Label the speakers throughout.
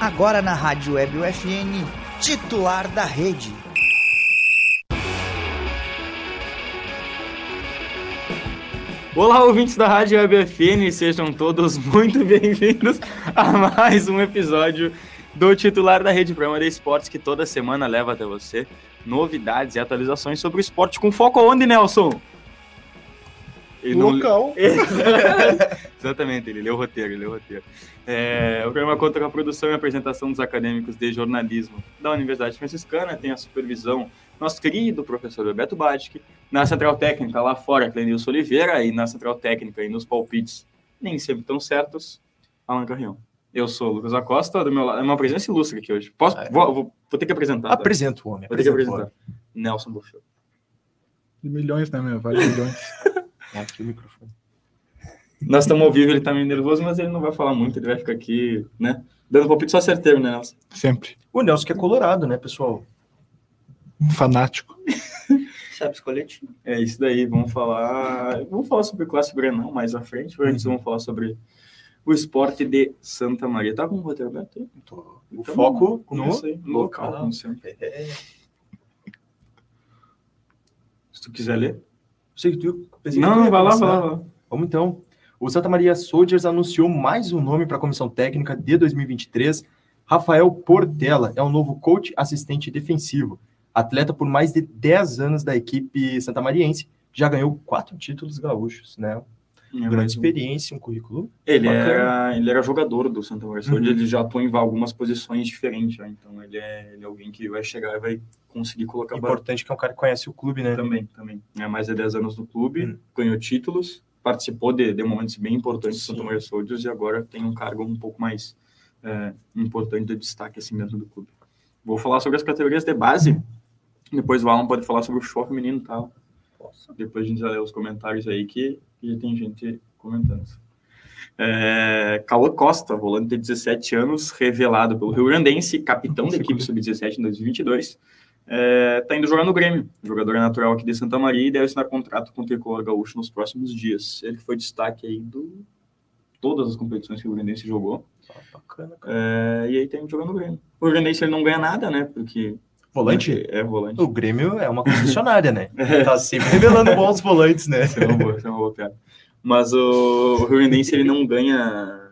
Speaker 1: agora na Rádio Web UFN, titular da rede.
Speaker 2: Olá, ouvintes da Rádio Web FN, sejam todos muito bem-vindos a mais um episódio do titular da Rede Programa de Esportes, que toda semana leva até você novidades e atualizações sobre o esporte com foco onde, Nelson? Ele não-
Speaker 3: Lucão.
Speaker 2: Exatamente, ele leu o roteiro, ele leu o roteiro. É, o programa conta com a produção e apresentação dos acadêmicos de jornalismo da Universidade Franciscana, tem a supervisão nosso querido professor Bebeto Batic, na Central Técnica lá fora, Clenilson Oliveira, e na Central Técnica e nos palpites, nem sempre tão certos, Alan Carrião. Eu sou o Lucas Acosta, do meu lado, é uma presença ilustre aqui hoje. Posso,
Speaker 4: Ah, é.
Speaker 2: vou, vou- vou ter que apresentar. tá?
Speaker 4: Apresenta o homem.
Speaker 2: Vou ter que
Speaker 4: Apresenta o
Speaker 2: apresentar. Nelson Buffet.
Speaker 3: De milhões, né, meu? Vale milhões.
Speaker 4: homem. Aqui o microfone.
Speaker 2: Nós estamos ao vivo, ele tá meio nervoso, mas ele não vai falar muito, ele vai ficar aqui, né? Dando palpite só certeiro, né, Nelson?
Speaker 3: Sempre.
Speaker 4: O Nelson que é colorado, né, pessoal?
Speaker 3: Um fanático.
Speaker 1: Sabe escolher time.
Speaker 2: É isso daí, vamos falar. Vamos falar sobre o clássico Grenal mais à frente, mas
Speaker 4: Uhum.
Speaker 2: antes vamos falar sobre o esporte de Santa Maria. Tá com o roteiro aberto? aí?
Speaker 4: O
Speaker 2: Então,
Speaker 4: foco
Speaker 2: começa aí, no
Speaker 4: local.
Speaker 2: local, como sempre.
Speaker 4: no... É,
Speaker 2: Se tu quiser ler.
Speaker 4: sei que tu... pensei que tu
Speaker 2: Não,
Speaker 4: ia
Speaker 2: vai lá,
Speaker 4: começar.
Speaker 2: vai lá, vai lá.
Speaker 4: Vamos então. O Santa Maria Soldiers anunciou mais um nome para a comissão técnica de 2023. Rafael Portela é o novo coach assistente defensivo. Atleta por mais de 10 anos da equipe santamariense, já ganhou quatro títulos gaúchos, né?
Speaker 2: É
Speaker 4: Uma grande experiência, um currículo.
Speaker 2: Ele
Speaker 4: Bacana.
Speaker 2: era, ele era jogador do Santa Maria.
Speaker 4: Uhum.
Speaker 2: Hoje ele já atua em algumas posições diferentes, já. então ele é, ele é alguém que vai chegar e vai conseguir colocar barulho
Speaker 4: Importante que é um cara que conhece o clube, né?
Speaker 2: também, também. É mais de 10 anos no clube,
Speaker 4: Uhum.
Speaker 2: ganhou títulos, participou de, de momentos bem importantes do
Speaker 4: Sim.
Speaker 2: Santa Maria Soldiers e agora tem um cargo um pouco mais é, importante de destaque assim dentro do clube. Vou falar sobre as categorias de base, depois o Alan pode falar sobre o show feminino e tal. Depois a gente já lê os comentários aí que que já tem gente comentando. É, Cauã Costa, volante de 17 anos, revelado pelo Rio Grandense, capitão da equipe sub-17 em 2022, está É, tá indo jogar no Grêmio. Jogador é natural aqui de Santa Maria e deve assinar contrato com o Tricolor Gaúcho nos próximos dias. Ele que foi destaque aí do todas as competições que o Rio Grandense jogou.
Speaker 4: Ah, Bacana, cara.
Speaker 2: É, e aí tá indo jogando no Grêmio. O Rio Grandense ele não ganha nada, né? Porque
Speaker 4: Volante?
Speaker 2: é volante.
Speaker 4: O Grêmio é uma concessionária, né? Tá sempre revelando bons volantes, né?
Speaker 2: Você não vou, você não vou piada. Mas o, o Rio Grandense ele não ganha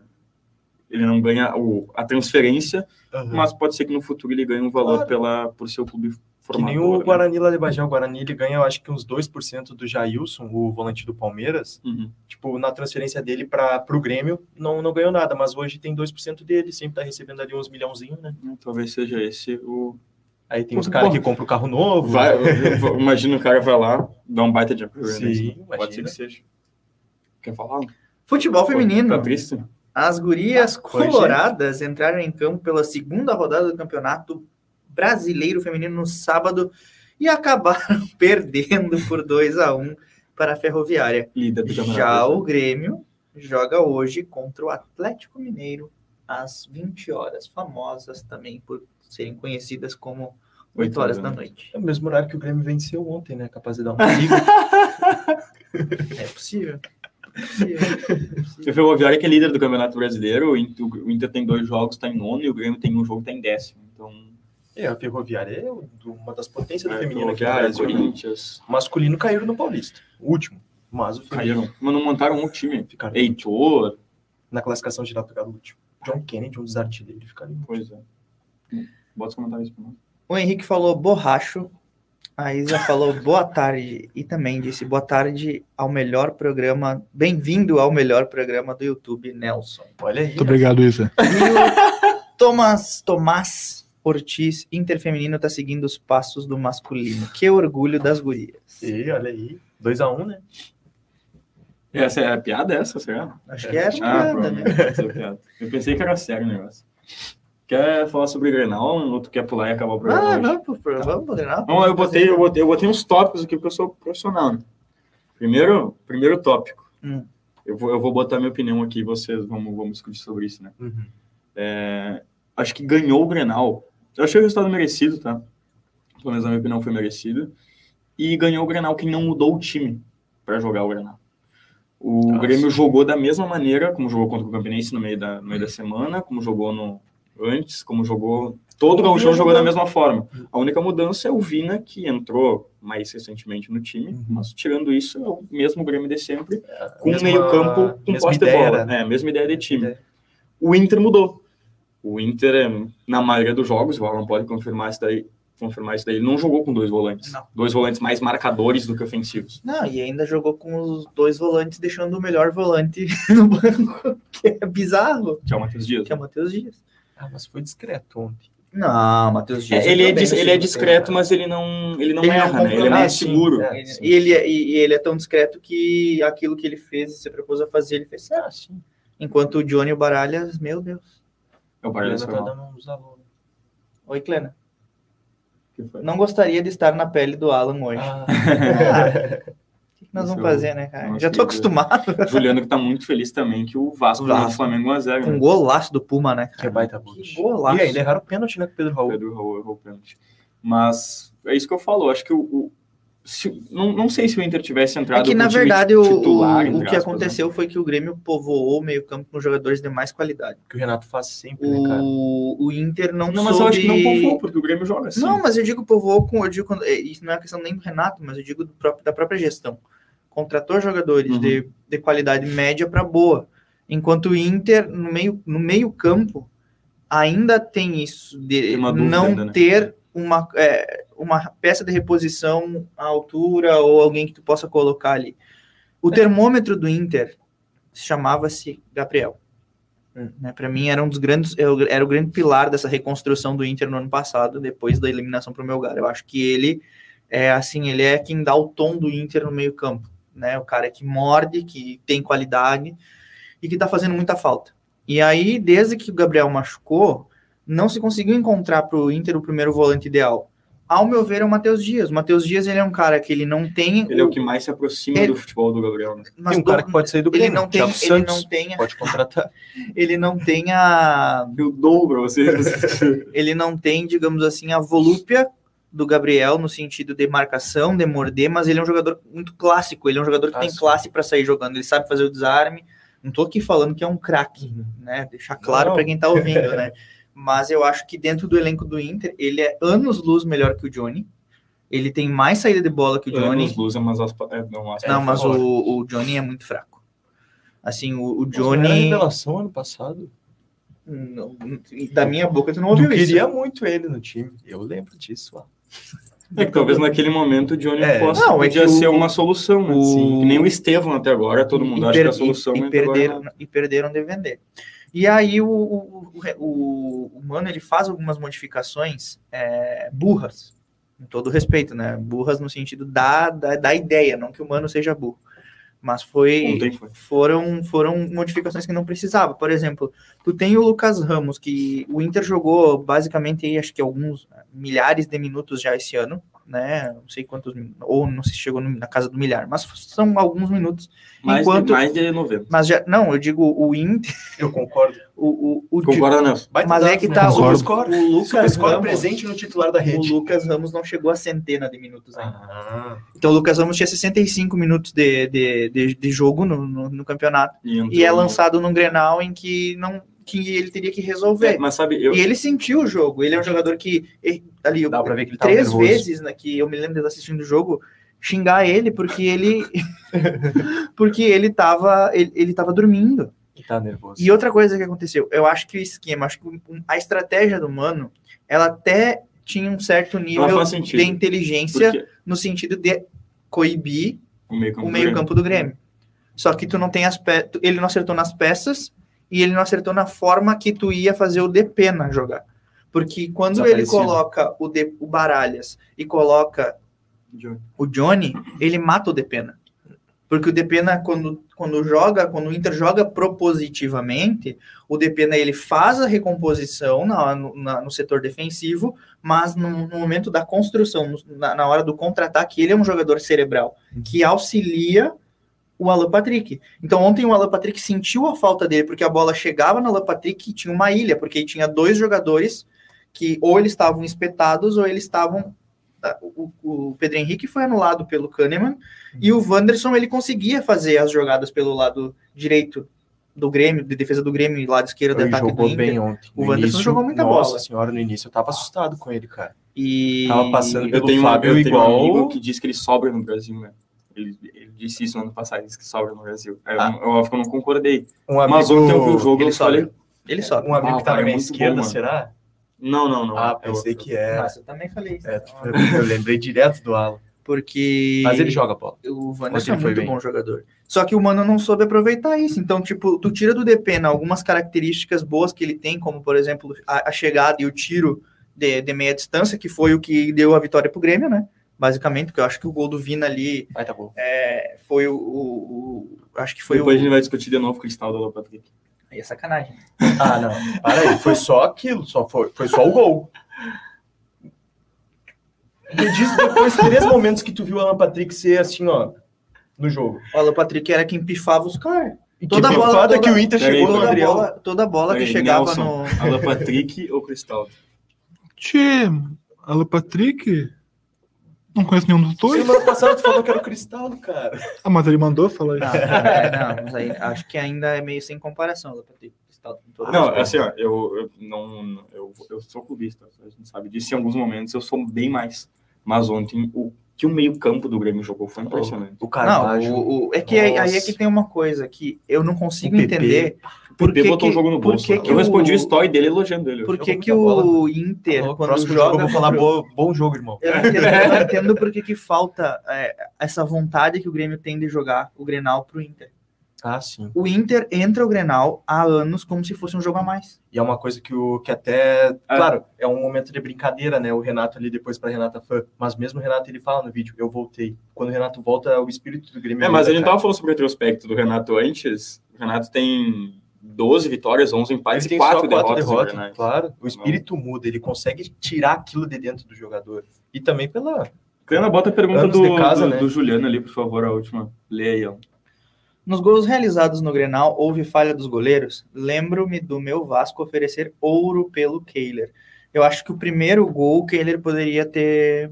Speaker 2: ele não ganha o- a transferência
Speaker 4: Aham.
Speaker 2: mas pode ser que no futuro ele ganhe um valor
Speaker 4: Claro.
Speaker 2: pela, por seu clube né?
Speaker 4: Que
Speaker 2: formado.
Speaker 4: nem o Guarani lá de Bagé. O Guarani ele ganha, eu acho que uns 2% do Jailson, o volante do Palmeiras.
Speaker 2: Uhum.
Speaker 4: Tipo, na transferência dele para o Grêmio, não, não ganhou nada. Mas hoje tem 2% dele, sempre tá recebendo ali uns milhãozinhos, né?
Speaker 2: Talvez seja esse o.
Speaker 4: Aí tem os
Speaker 2: Muito
Speaker 4: caras
Speaker 2: bom.
Speaker 4: que compram o carro novo.
Speaker 2: Vai, eu- imagina o cara vai lá, dá um baita de né?
Speaker 4: Sim,
Speaker 2: Pode ser
Speaker 4: imagina.
Speaker 2: que seja. Quer falar?
Speaker 1: Futebol feminino.
Speaker 2: Tá triste?
Speaker 1: As gurias
Speaker 4: foi, gente.
Speaker 1: coloradas entraram em campo pela segunda rodada do Campeonato Brasileiro Feminino no sábado e acabaram perdendo por 2 a 1 para a Ferroviária.
Speaker 2: Líder do campeonato.
Speaker 1: Já o Grêmio joga hoje contra o Atlético Mineiro às 20 horas, famosas também por serem conhecidas como 8 horas né? da noite.
Speaker 4: É o mesmo horário que o Grêmio venceu ontem, né? Capaz de dar um perigo.
Speaker 1: É possível. É possível. É
Speaker 2: O
Speaker 1: possível.
Speaker 2: Ferroviária que é líder do Campeonato Brasileiro, o Inter, o Inter tem dois jogos, tá em nono, e o Grêmio tem um jogo, tá em décimo. Então,
Speaker 4: é, a Ferroviária é uma das potências do
Speaker 2: é,
Speaker 4: feminino aqui. no
Speaker 2: Ferroviária,
Speaker 4: Brasil, né?
Speaker 2: Corinthians,
Speaker 4: Masculino caíram no Paulista. O último. Mas o feminino
Speaker 2: caíram. Mas não montaram um time.
Speaker 4: ficaram.
Speaker 2: Heitor,
Speaker 4: na classificação geral pegaram o último. John Kennedy, um dos artilheiros, ficaram em
Speaker 2: Pois é. Bota os comentários pra nós.
Speaker 1: O Henrique falou borracho, a Isa falou boa tarde e também disse boa tarde ao melhor programa, bem-vindo ao melhor programa do YouTube, Nelson.
Speaker 4: Olha aí.
Speaker 3: Muito obrigado, Isa.
Speaker 1: E o Thomas, Tomás Ortiz, interfeminino, tá seguindo os passos do masculino. Que orgulho das gurias.
Speaker 4: E, olha aí. 2x1, né?
Speaker 2: Essa é a piada essa, será?
Speaker 1: Acho que é
Speaker 2: Ah,
Speaker 1: chegada, né?
Speaker 2: provavelmente. essa é a piada. Eu pensei que era sério o negócio. Quer falar sobre Grenal Um ou tu quer pular e acabar o programa?
Speaker 1: Ah,
Speaker 2: hoje?
Speaker 1: vamos pro programa, vamos pro Grenal?
Speaker 2: Não, eu botei, eu botei, eu botei uns tópicos aqui porque eu sou profissional. né? Primeiro, primeiro tópico.
Speaker 1: Hum.
Speaker 2: Eu, vou, eu vou botar minha opinião aqui, vocês vamos, vamos discutir sobre isso, né? É, acho que ganhou o Grenal. Eu achei o resultado merecido, tá? Pelo menos na minha opinião foi merecido. E ganhou o Grenal quem não mudou o time para jogar o Grenal. O
Speaker 4: Nossa.
Speaker 2: Grêmio jogou da mesma maneira como jogou contra o Campinense no meio da, no meio da semana, como jogou no, Antes, como jogou, todo o gauchão jogou da mesma forma. A única mudança é o Vina, que entrou mais recentemente no time,
Speaker 4: Uhum.
Speaker 2: mas tirando isso, é o mesmo Grêmio de sempre, com um
Speaker 4: Mesma-
Speaker 2: meio campo, com
Speaker 4: mesma
Speaker 2: poste de
Speaker 4: ideia,
Speaker 2: bola.
Speaker 4: né? É.
Speaker 2: É, mesma ideia de time.
Speaker 4: Ideia.
Speaker 2: O Inter mudou. O Inter, eh, na maioria dos jogos, o Alan pode confirmar isso daí, confirmar isso daí, ele não jogou com dois volantes.
Speaker 1: Não.
Speaker 2: Dois volantes mais marcadores do que ofensivos.
Speaker 1: Não, e ainda jogou com os dois volantes, deixando o melhor volante no banco, que é bizarro,
Speaker 2: Que é o Matheus Dias.
Speaker 1: que é o Matheus Dias.
Speaker 4: Ah, mas foi discreto ontem.
Speaker 1: Não, Matheus Dias.
Speaker 2: É, ele, é
Speaker 1: jogou bem,
Speaker 2: dis-
Speaker 1: sim.
Speaker 2: ele é discreto, mas ele não, ele não
Speaker 1: Ele não
Speaker 2: erra, né? Ele é
Speaker 1: compromete,
Speaker 2: mais seguro.
Speaker 4: É,
Speaker 1: E
Speaker 4: sim.
Speaker 1: ele, é- e e ele é tão discreto que aquilo que ele fez e se propôs a fazer, ele fez certo.
Speaker 4: Ah, sim.
Speaker 1: Enquanto o Johnny e o Baralhas, meu Deus.
Speaker 2: É o
Speaker 4: Ele
Speaker 2: Baralhas
Speaker 4: tá
Speaker 2: foi mal.
Speaker 4: dando uns alunos.
Speaker 1: Oi, Clena.
Speaker 2: Que foi?
Speaker 1: Não gostaria de estar na pele do Alan hoje.
Speaker 4: Ah,
Speaker 1: Ah, O que que nós
Speaker 2: Isso
Speaker 1: vamos
Speaker 2: eu-
Speaker 1: fazer, né, cara?
Speaker 2: não
Speaker 1: Já
Speaker 2: sei,
Speaker 1: tô acostumado.
Speaker 2: Juliano que tá muito feliz também que o Vasco jogou o
Speaker 1: Vasco.
Speaker 2: Flamengo 1x0.
Speaker 1: Com um golaço do Puma, né,
Speaker 4: que
Speaker 1: cara?
Speaker 4: baita
Speaker 1: Que
Speaker 4: boot.
Speaker 1: golaço.
Speaker 4: E ainda erraram o pênalti, né, com o Pedro Raul.
Speaker 2: Pedro Raul errou o pênalti. Mas é isso que eu falo. eu Acho que o. o- se- não, não sei se o Inter tivesse entrado.
Speaker 1: É que,
Speaker 2: com
Speaker 1: na
Speaker 2: o time
Speaker 1: verdade, o,
Speaker 2: titular,
Speaker 1: o,
Speaker 2: entre
Speaker 1: o que
Speaker 2: aspas,
Speaker 1: aconteceu
Speaker 2: né?
Speaker 1: foi que o Grêmio povoou o meio-campo com jogadores de mais qualidade.
Speaker 4: Que o Renato faz sempre, né, cara?
Speaker 1: O, o Inter É, não,
Speaker 2: Não, mas eu acho que não
Speaker 1: soube-
Speaker 2: povoou, porque o Grêmio joga assim.
Speaker 1: Não, mas eu digo povoou com. Eu digo, quando- é, isso não é questão nem do Renato, mas eu digo do próprio- da própria gestão. Contratou jogadores
Speaker 2: Uhum.
Speaker 1: de, de qualidade média para boa. Enquanto o Inter, no meio, no meio campo, ainda tem isso de
Speaker 2: Tem uma dúvida
Speaker 1: não
Speaker 2: ainda, né?
Speaker 1: ter uma, é, uma peça de reposição à altura ou alguém que tu possa colocar ali. O termômetro do Inter chamava-se Gabriel. Né, para mim era um dos grandes é o- era o grande pilar dessa reconstrução do Inter no ano passado depois da eliminação para o Melgar eu acho que ele é assim ele é quem dá o tom do Inter no meio campo né o cara que morde que tem qualidade e que tá fazendo muita falta e aí desde que o Gabriel machucou não se conseguiu encontrar para o Inter o primeiro volante ideal ao meu ver é o Matheus Dias o Matheus Dias ele é um cara que ele não tem
Speaker 2: Ele é o que mais se aproxima
Speaker 1: Ele-
Speaker 2: do futebol do Gabriel. Né?
Speaker 1: mas
Speaker 4: Tem um
Speaker 1: do-
Speaker 4: cara que pode sair do
Speaker 1: ele
Speaker 4: Grêmio.
Speaker 1: não tem
Speaker 4: Thiago
Speaker 1: ele
Speaker 4: Santos.
Speaker 1: não tem
Speaker 4: Pode contratar.
Speaker 1: ele não tem a
Speaker 2: Eu dou pra É, vocês.
Speaker 1: ele não tem, digamos assim, a volúpia do Gabriel no sentido de marcação, de morder, mas ele é um jogador muito clássico, ele é um jogador que
Speaker 4: Ah,
Speaker 1: tem
Speaker 4: sim.
Speaker 1: classe para sair jogando, ele sabe fazer o desarme. Não tô aqui falando que é um craque, né? Deixar claro
Speaker 4: Não.
Speaker 1: para quem tá ouvindo, né? Mas eu acho que dentro do elenco do Inter, ele é anos luz melhor que o Johnny. Ele tem mais saída de bola que o Johnny.
Speaker 2: Anos Lusa, mas aspa... é, não, aspa...
Speaker 1: Não,
Speaker 4: é,
Speaker 1: mas
Speaker 4: fora.
Speaker 1: o, o Johnny é muito fraco. Assim, o, o
Speaker 4: Era
Speaker 1: Johnny.
Speaker 4: revelação ano passado.
Speaker 1: Não, da minha boca, tu não
Speaker 4: Tu
Speaker 1: ouviu isso.
Speaker 4: queria muito ele no time. Eu lembro disso. ó.
Speaker 2: É que talvez naquele momento o Johnny
Speaker 4: É.
Speaker 2: possa
Speaker 1: Não, é
Speaker 2: podia
Speaker 1: que o-
Speaker 2: ser uma solução, né?
Speaker 1: o-
Speaker 2: Sim, que nem o Estevão até agora, todo mundo
Speaker 1: e
Speaker 2: acha que
Speaker 1: per-
Speaker 2: a solução
Speaker 1: e,
Speaker 2: é
Speaker 1: e perderam e perderam de vender. E aí o, o, o, o- o mano ele faz algumas modificações é, burras, com todo respeito, né? Burras no sentido da, da, da ideia, não que o mano seja burro, mas foi
Speaker 2: Ontem foi.
Speaker 1: foram foram modificações que não precisava. Por exemplo, tu tem o Lucas Ramos que o Inter jogou basicamente aí, acho que alguns né, milhares de minutos já esse ano, né? Não sei quantos min- ou não sei se chegou no- na casa do milhar, mas são alguns minutos
Speaker 2: Mais,
Speaker 1: Enquanto-
Speaker 2: de, mais de 90.
Speaker 1: mas já, não, eu digo o Inter,
Speaker 4: Eu concordo.
Speaker 1: o, o, o
Speaker 2: Concorda, Nelson?
Speaker 4: Baita
Speaker 1: Mas é
Speaker 4: dados,
Speaker 1: que
Speaker 4: né?
Speaker 1: tá-
Speaker 4: Super score.
Speaker 3: Concordo.
Speaker 1: o
Speaker 4: Super
Speaker 1: Lucas
Speaker 4: score
Speaker 1: Ramos,
Speaker 4: presente no titular da
Speaker 1: o
Speaker 4: rede.
Speaker 1: Lucas Ramos não chegou a centena de minutos ainda.
Speaker 4: Ah,
Speaker 1: Então o Lucas Ramos tinha 65 minutos de, de, de, de jogo no, no, no campeonato
Speaker 2: entrou
Speaker 1: e é
Speaker 2: no-
Speaker 1: lançado num Grenal em que não que ele teria que
Speaker 2: É,
Speaker 1: resolver.
Speaker 2: mas sabe, eu,
Speaker 1: E ele sentiu o jogo. Ele é um jogador que e- ali eu-
Speaker 4: Dá pra ver que ele tava
Speaker 1: três
Speaker 4: nervoso.
Speaker 1: vezes, né, que eu me lembro de assistindo o jogo xingar ele porque ele porque ele tava ele, ele tava dormindo.
Speaker 4: que tá nervoso.
Speaker 1: E outra coisa que aconteceu, eu acho que o esquema, acho que o- um, a estratégia do Mano, ela até tinha um certo nível
Speaker 2: Ela faz
Speaker 1: de
Speaker 2: sentido.
Speaker 1: inteligência
Speaker 2: porque
Speaker 1: no sentido de coibir
Speaker 2: o meio campo,
Speaker 1: o meio-campo do Grêmio. Só que tu não tem as pe... tu- ele não acertou nas peças e ele não acertou na forma que tu ia fazer o Depena jogar. Porque quando ele
Speaker 4: Desaparecido.
Speaker 1: coloca o, de... o Baralhas e coloca
Speaker 2: Johnny.
Speaker 1: o Johnny, ele mata o Depena. Porque o Depena, quando, quando joga, quando o Inter joga propositivamente, o Depena ele faz a recomposição na, no, na- no setor defensivo, mas no, no momento da construção, no- na, na hora do contra-ataque, ele é um jogador cerebral que
Speaker 4: Uhum.
Speaker 1: auxilia o Alan Patrick. Então ontem o Alan Patrick sentiu a falta dele, porque a bola chegava no Alan Patrick e tinha uma ilha, porque tinha dois jogadores que ou eles estavam espetados ou eles estavam. tá, O, o Pedro Henrique foi anulado
Speaker 4: Uhum.
Speaker 1: pelo Kahneman e o Wanderson ele conseguia fazer as jogadas pelo lado direito do Grêmio, de defesa do Grêmio, e lado esquerdo de
Speaker 4: Ele
Speaker 1: ataque do
Speaker 4: jogou
Speaker 1: Inter.
Speaker 4: bem ontem.
Speaker 1: O
Speaker 4: No
Speaker 1: Wanderson jogou muita
Speaker 4: nossa
Speaker 1: bola.
Speaker 4: senhora, no início eu tava assustado com ele, cara.
Speaker 1: E
Speaker 4: Tava passando
Speaker 2: Eu
Speaker 4: pelo
Speaker 2: tenho, um-
Speaker 4: Fábio
Speaker 2: eu tenho
Speaker 4: igual.
Speaker 2: um amigo que diz que ele sobra no Brasil, né? Ele, ele disse isso no ano passado, disse que sobra no Brasil. Aí Eu,
Speaker 4: Ah.
Speaker 2: não- eu, óbvio que eu não concordei.
Speaker 4: Um
Speaker 2: Mas ontem eu vi o jogo e
Speaker 1: ele
Speaker 2: eu falei...
Speaker 1: sobe. Ele sobe.
Speaker 4: Um amigo
Speaker 2: Ah,
Speaker 4: que
Speaker 2: cara,
Speaker 4: tava na
Speaker 2: é
Speaker 4: minha
Speaker 2: muito bom,
Speaker 4: esquerda,
Speaker 2: mano.
Speaker 4: será?
Speaker 2: Não, não, não.
Speaker 4: Ah,
Speaker 2: é
Speaker 4: pensei
Speaker 2: outro.
Speaker 4: que era.
Speaker 1: Nossa, eu também falei isso.
Speaker 4: É,
Speaker 1: então,
Speaker 4: eu lembrei direto do Alan.
Speaker 1: Porque
Speaker 4: Mas ele joga bola.
Speaker 1: o
Speaker 4: Ontem
Speaker 1: Vanessa é
Speaker 4: ele foi
Speaker 1: muito
Speaker 4: bem.
Speaker 1: bom jogador. Só que o Mano não soube aproveitar isso. Então, tipo, tu tira do Depena algumas características boas que ele tem, como, por exemplo, a, a chegada e o tiro de, de meia distância, que foi o que deu a vitória pro Grêmio, né? Basicamente, porque eu acho que o gol do Vina ali
Speaker 4: Ai, tá bom.
Speaker 1: é, foi o, o- o- Acho que foi
Speaker 2: Depois a
Speaker 1: o.
Speaker 2: gente vai discutir de novo o cristal do Alan Patrick.
Speaker 1: Aí é sacanagem.
Speaker 4: Ah, não. Para aí. Foi só aquilo. Só foi, foi só o gol. Me diz depois três momentos que tu viu o Alan Patrick ser assim, ó, no jogo.
Speaker 1: Olha, o Patrick era quem pifava os caras.
Speaker 4: E
Speaker 1: Toda
Speaker 4: que
Speaker 1: bola-
Speaker 4: pifada
Speaker 1: toda-
Speaker 4: que o Inter
Speaker 2: Peraí,
Speaker 4: chegou no
Speaker 1: Toda
Speaker 2: peraí.
Speaker 4: Adriano.
Speaker 1: bola, toda bola que
Speaker 2: Aí,
Speaker 1: chegava
Speaker 2: Nelson.
Speaker 1: no.
Speaker 2: Alan Patrick ou cristal?
Speaker 3: Tchê, Alan Patrick? Não conheço nenhum dos dois.
Speaker 4: Semana passada tu falou que era o Cristaldo, cara.
Speaker 3: Ah, mas ele mandou falar
Speaker 1: Não,
Speaker 3: isso.
Speaker 1: é, não, mas aí acho que ainda é meio sem comparação. Alan Patrick. tá Com todo
Speaker 2: Não,
Speaker 1: respeito.
Speaker 2: assim, ó, eu, eu não. Eu, eu sou clubista, a gente sabe disso. Em alguns momentos eu sou bem mais. Mas ontem, o que o meio-campo do Grêmio jogou
Speaker 1: Tá
Speaker 2: foi impressionante.
Speaker 4: O
Speaker 1: Não,
Speaker 4: Carvalho.
Speaker 1: o- o- é que aí, aí é
Speaker 4: Nossa.
Speaker 1: que tem uma coisa que eu não consigo
Speaker 4: O PP.
Speaker 1: entender
Speaker 2: O
Speaker 1: por
Speaker 2: PP
Speaker 1: que,
Speaker 2: botou
Speaker 1: que,
Speaker 2: o jogo no
Speaker 1: por
Speaker 2: bolso.
Speaker 1: que
Speaker 2: cara.
Speaker 1: que
Speaker 2: eu respondi
Speaker 1: o-
Speaker 2: o story dele elogiando ele.
Speaker 1: por
Speaker 4: Jogou
Speaker 1: que,
Speaker 4: muita
Speaker 1: que o
Speaker 4: bola.
Speaker 1: Inter,
Speaker 4: Alô,
Speaker 1: quando
Speaker 4: próximo
Speaker 1: joga.
Speaker 4: jogo eu vou falar bo- bom, jogo, irmão.
Speaker 1: Eu não entendo, eu não entendo por que, que falta é, essa vontade que o Grêmio tem de jogar o Grenal pro Inter.
Speaker 4: Ah, sim.
Speaker 1: O Inter entra o Grenal há anos como se fosse um jogo a mais.
Speaker 4: E é uma coisa que o que até,
Speaker 2: Ah.
Speaker 4: claro, é um momento de brincadeira, né? O Renato ali depois pra Renata fã, mas mesmo o Renato ele fala no vídeo, eu voltei. Quando o Renato volta, o espírito do Grêmio.
Speaker 2: É, mas
Speaker 4: volta,
Speaker 2: a gente
Speaker 4: cara.
Speaker 2: tava falando sobre o retrospecto do Renato antes. O Renato tem 12 vitórias, 11
Speaker 4: Ele
Speaker 2: empates e
Speaker 4: tem
Speaker 2: 4
Speaker 4: só quatro
Speaker 2: derrotas.
Speaker 4: derrotas,
Speaker 2: né?
Speaker 4: claro. O espírito muda, ele consegue tirar aquilo de dentro do jogador. E também pela
Speaker 2: Cana, bota a pergunta
Speaker 4: Anos
Speaker 2: do,
Speaker 4: de casa,
Speaker 2: do,
Speaker 4: né?
Speaker 2: do Juliano ali, por favor, a última. Lê aí, ó.
Speaker 1: Nos gols realizados no Grenal, houve falha dos goleiros. Lembro-me do meu Vasco oferecer ouro pelo Kehler. Eu acho que o primeiro gol o Kehler poderia ter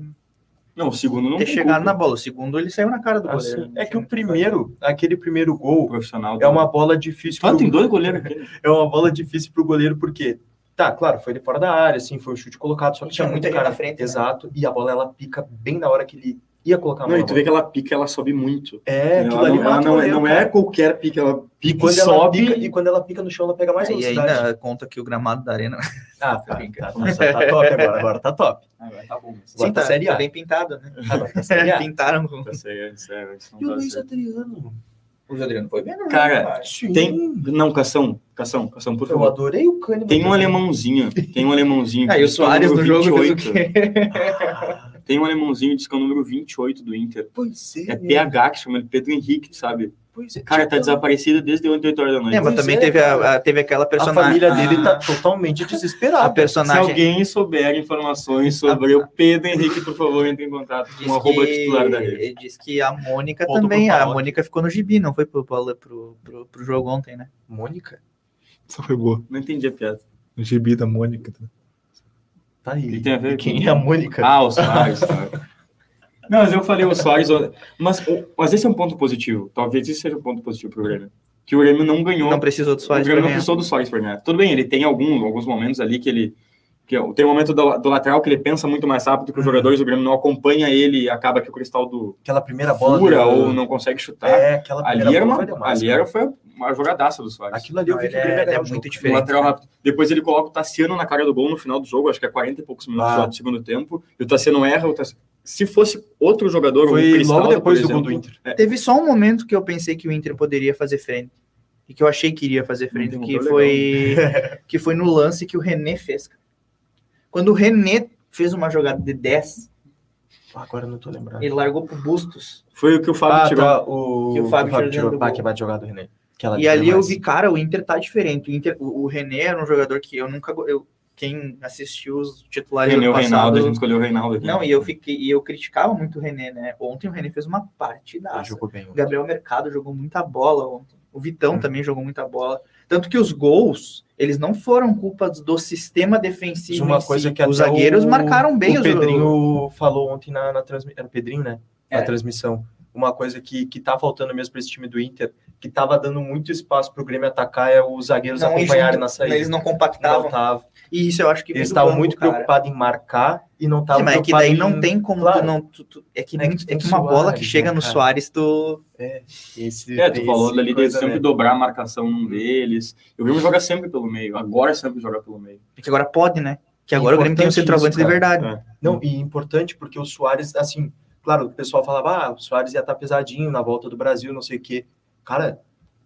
Speaker 2: Não, o segundo não
Speaker 1: ter
Speaker 2: tem
Speaker 1: chegado na
Speaker 2: culpa.
Speaker 1: bola. O segundo, ele saiu na cara do
Speaker 4: Assim,
Speaker 1: goleiro.
Speaker 4: é que o primeiro, aquele primeiro
Speaker 2: O
Speaker 4: gol
Speaker 2: profissional.
Speaker 4: é uma bola difícil
Speaker 2: Ah,
Speaker 4: pro-
Speaker 2: tem dois goleiros aqui. né?
Speaker 4: é uma bola difícil pro goleiro porque tá, claro, foi de fora da área, assim, foi um chute colocado, só
Speaker 1: E
Speaker 4: que
Speaker 1: tinha
Speaker 4: tinha
Speaker 1: muita
Speaker 4: muito
Speaker 1: gente
Speaker 4: cara
Speaker 1: na frente, né?
Speaker 4: Exato, e a bola ela pica bem na hora que ele ia colocar a
Speaker 2: Não,
Speaker 4: mão.
Speaker 2: e tu vê que ela pica, ela sobe muito.
Speaker 4: É,
Speaker 2: ela
Speaker 4: aquilo
Speaker 2: não,
Speaker 4: ali
Speaker 2: ela
Speaker 4: mata o
Speaker 2: não, é-
Speaker 4: goleiro,
Speaker 2: não é
Speaker 4: cara.
Speaker 2: qualquer pique, ela
Speaker 4: E
Speaker 2: pica
Speaker 4: quando,
Speaker 2: e
Speaker 4: ela
Speaker 2: sobe.
Speaker 4: pica, e quando ela pica no chão, ela pega mais
Speaker 1: e
Speaker 4: velocidade.
Speaker 1: ainda conta que o gramado da arena.
Speaker 4: Ah, tá, tá, nossa, tá top agora, agora tá top.
Speaker 2: Agora tá bom.
Speaker 4: Sim, tá Série A.
Speaker 1: bem pintado, né?
Speaker 4: Agora tá Série A.
Speaker 1: Pintaram com.
Speaker 2: Tá certo, certo. não
Speaker 4: E o
Speaker 2: tá
Speaker 4: Luiz
Speaker 2: certo.
Speaker 4: Adriano?
Speaker 1: O Adriano foi
Speaker 4: é
Speaker 1: bem, não,
Speaker 2: Cara,
Speaker 1: rapaz?
Speaker 4: Sim.
Speaker 2: né, Tem- Não, Cação, Cação, Cação, por
Speaker 4: Eu
Speaker 2: favor.
Speaker 4: adorei o Kahneman.
Speaker 2: Tem um
Speaker 4: também.
Speaker 2: alemãozinho, tem um alemãozinho.
Speaker 1: Ah, Uhum.
Speaker 2: que
Speaker 1: e o
Speaker 2: diz que é
Speaker 1: Soares no
Speaker 2: número
Speaker 1: jogo fez o
Speaker 2: 28.
Speaker 1: quê?
Speaker 2: Tem um alemãozinho, que diz que é o número 28 do Inter.
Speaker 4: Pois é.
Speaker 2: É
Speaker 1: Uhum.
Speaker 4: né?
Speaker 2: PH, que chama ele Pedro Henrique, sabe?
Speaker 4: Pois é.
Speaker 2: Cara, tá desaparecido desde ontem, 8 horas da noite.
Speaker 1: Tipo- É, mas
Speaker 4: Pois
Speaker 1: também
Speaker 4: é,
Speaker 1: teve, a,
Speaker 4: cara.
Speaker 1: a- teve aquela
Speaker 4: A
Speaker 1: personagem.
Speaker 4: família dele
Speaker 1: a-
Speaker 4: tá totalmente
Speaker 1: A
Speaker 4: desesperada.
Speaker 2: Se
Speaker 1: personagem.
Speaker 2: alguém souber informações sobre o Pedro Henrique, por favor, entre em contato com
Speaker 1: Ah,
Speaker 4: um
Speaker 1: Diz
Speaker 2: o arroba titular da rede.
Speaker 1: que, diz que a Mônica
Speaker 4: Voltou
Speaker 1: também.
Speaker 4: pro
Speaker 1: A
Speaker 4: Paulo.
Speaker 1: Mônica ficou no gibi, não foi pro, pro, pro, pro, pro jogo ontem, né?
Speaker 4: Mônica?
Speaker 3: Só foi boa.
Speaker 2: Não entendi a piada.
Speaker 3: O gibi da Mônica.
Speaker 4: Tá aí.
Speaker 2: E tem a ver
Speaker 4: E quem
Speaker 2: com-
Speaker 4: é a Mônica?
Speaker 2: Ah, o Soares, tá. Não, mas eu falei o Soares. ontem. Mas, o- mas esse é um ponto positivo. Talvez esse seja um ponto positivo pro Grêmio. Que o Grêmio não ganhou.
Speaker 1: Não precisou do
Speaker 2: o
Speaker 1: Soares.
Speaker 2: Grêmio não
Speaker 1: pra ganhar.
Speaker 2: precisou do Soares pra ganhar. Tudo bem, ele tem alguns, alguns momentos ali que ele. Que, ó, tem um momento do, do lateral que ele pensa muito mais rápido
Speaker 4: Uhum.
Speaker 2: que os jogadores, o Grêmio não acompanha ele e acaba que o cristal do
Speaker 4: Aquela primeira bola.
Speaker 2: fura
Speaker 4: do-
Speaker 2: ou não consegue chutar.
Speaker 4: É, aquela primeira
Speaker 2: ali era
Speaker 4: bola
Speaker 2: uma,
Speaker 4: foi demais,
Speaker 2: ali
Speaker 4: cara.
Speaker 2: era, foi uma jogadaça do Soares.
Speaker 4: Aquilo ali eu
Speaker 1: Não,
Speaker 4: vi
Speaker 1: ele
Speaker 4: que o Grêmio ia
Speaker 1: é,
Speaker 4: ganhar
Speaker 1: é
Speaker 4: o jogo.
Speaker 1: muito
Speaker 2: Um
Speaker 1: diferente.
Speaker 2: lateral
Speaker 4: né?
Speaker 2: rápido. Depois ele coloca o Tassiano na cara do gol no final do jogo, acho que é 40 e poucos minutos
Speaker 4: Ah.
Speaker 2: lá do segundo tempo, e o Tassiano erra. o Tassiano- Se fosse outro jogador, o
Speaker 4: Foi
Speaker 2: Cristaldo,
Speaker 4: logo
Speaker 2: por
Speaker 4: depois do gol
Speaker 2: um exemplo,
Speaker 4: do Inter.
Speaker 1: Teve só um momento que eu pensei que o Inter poderia fazer frente. E que eu achei que iria fazer frente, que
Speaker 2: Interrompeu legal.
Speaker 1: foi, que foi no lance que o René fez. cara. Quando o René fez uma jogada de 10,
Speaker 4: Ah, Agora eu não tô lembrando.
Speaker 1: ele largou pro Bustos.
Speaker 2: Foi o que o Fábio
Speaker 4: Ah,
Speaker 2: tirou.
Speaker 4: tá. O
Speaker 1: Que o Fábio
Speaker 4: o Fábio
Speaker 1: tirou
Speaker 4: tirou.
Speaker 1: dentro do
Speaker 4: Pá,
Speaker 1: gol.
Speaker 4: que é bate jogada do René. Aquela
Speaker 1: E ali eu
Speaker 4: Tá demais.
Speaker 1: vi, cara, o Inter tá diferente. O, Inter, o, o René era um jogador que eu nunca. go- Eu, quem assistiu os titulares
Speaker 2: René,
Speaker 1: do
Speaker 2: o
Speaker 1: ano
Speaker 2: Reinaldo, a
Speaker 1: passado.
Speaker 2: gente escolheu o Reinaldo aqui.
Speaker 1: Não, e eu fiquei, e eu criticava muito o René, né? Ontem o René fez uma
Speaker 4: Ele
Speaker 1: partidaça.
Speaker 4: jogou bem.
Speaker 1: O Gabriel Mercado jogou muita bola ontem. O
Speaker 4: Uhum.
Speaker 1: Vitão também jogou muita bola. Tanto que os gols, eles não foram culpa do sistema
Speaker 4: Diz
Speaker 1: defensivo. em
Speaker 4: uma
Speaker 1: si.
Speaker 4: coisa que até
Speaker 1: os zagueiros
Speaker 4: o-
Speaker 1: marcaram bem
Speaker 4: o
Speaker 1: os
Speaker 4: Pedrinho falou ontem na, na transmissão. Era o Pedrinho, né?
Speaker 1: É.
Speaker 4: Na transmissão. Uma coisa que, que tá faltando mesmo para esse time do Inter que estava dando muito espaço para o Grêmio atacar é os zagueiros
Speaker 1: Não,
Speaker 4: acompanharem
Speaker 1: eles
Speaker 4: na saída.
Speaker 1: Eles não
Speaker 4: Não
Speaker 1: compactavam.
Speaker 4: tava.
Speaker 1: E isso eu acho que vem
Speaker 4: Eles
Speaker 1: do
Speaker 4: estavam
Speaker 1: banco,
Speaker 4: muito
Speaker 1: cara.
Speaker 4: preocupados em marcar e não
Speaker 1: Sim,
Speaker 4: estavam
Speaker 1: mas é que
Speaker 4: preocupados
Speaker 1: daí
Speaker 4: em...
Speaker 1: não tem como
Speaker 4: Claro.
Speaker 1: tu não. tu- tu- é que,
Speaker 4: É que
Speaker 1: muito-
Speaker 4: tem
Speaker 1: é que uma
Speaker 4: Suárez,
Speaker 1: bola que chega
Speaker 4: né,
Speaker 1: no
Speaker 4: cara?
Speaker 1: Soares, tu.
Speaker 4: Esse,
Speaker 2: É, tu falou
Speaker 4: esse
Speaker 2: ali de
Speaker 4: coisa,
Speaker 1: um
Speaker 2: sempre
Speaker 4: né?
Speaker 2: dobrar a marcação num deles. Eu vi um jogar sempre pelo meio. Agora sempre joga pelo meio.
Speaker 1: Que agora pode, né? Que agora o Grêmio tem um
Speaker 4: Importante
Speaker 1: centroavante
Speaker 4: isso,
Speaker 1: de
Speaker 4: cara.
Speaker 1: verdade.
Speaker 4: Não, e importante porque o Soares, assim, claro, o pessoal falava, ah, o Soares ia estar pesadinho na volta do Brasil, não sei o quê. Cara,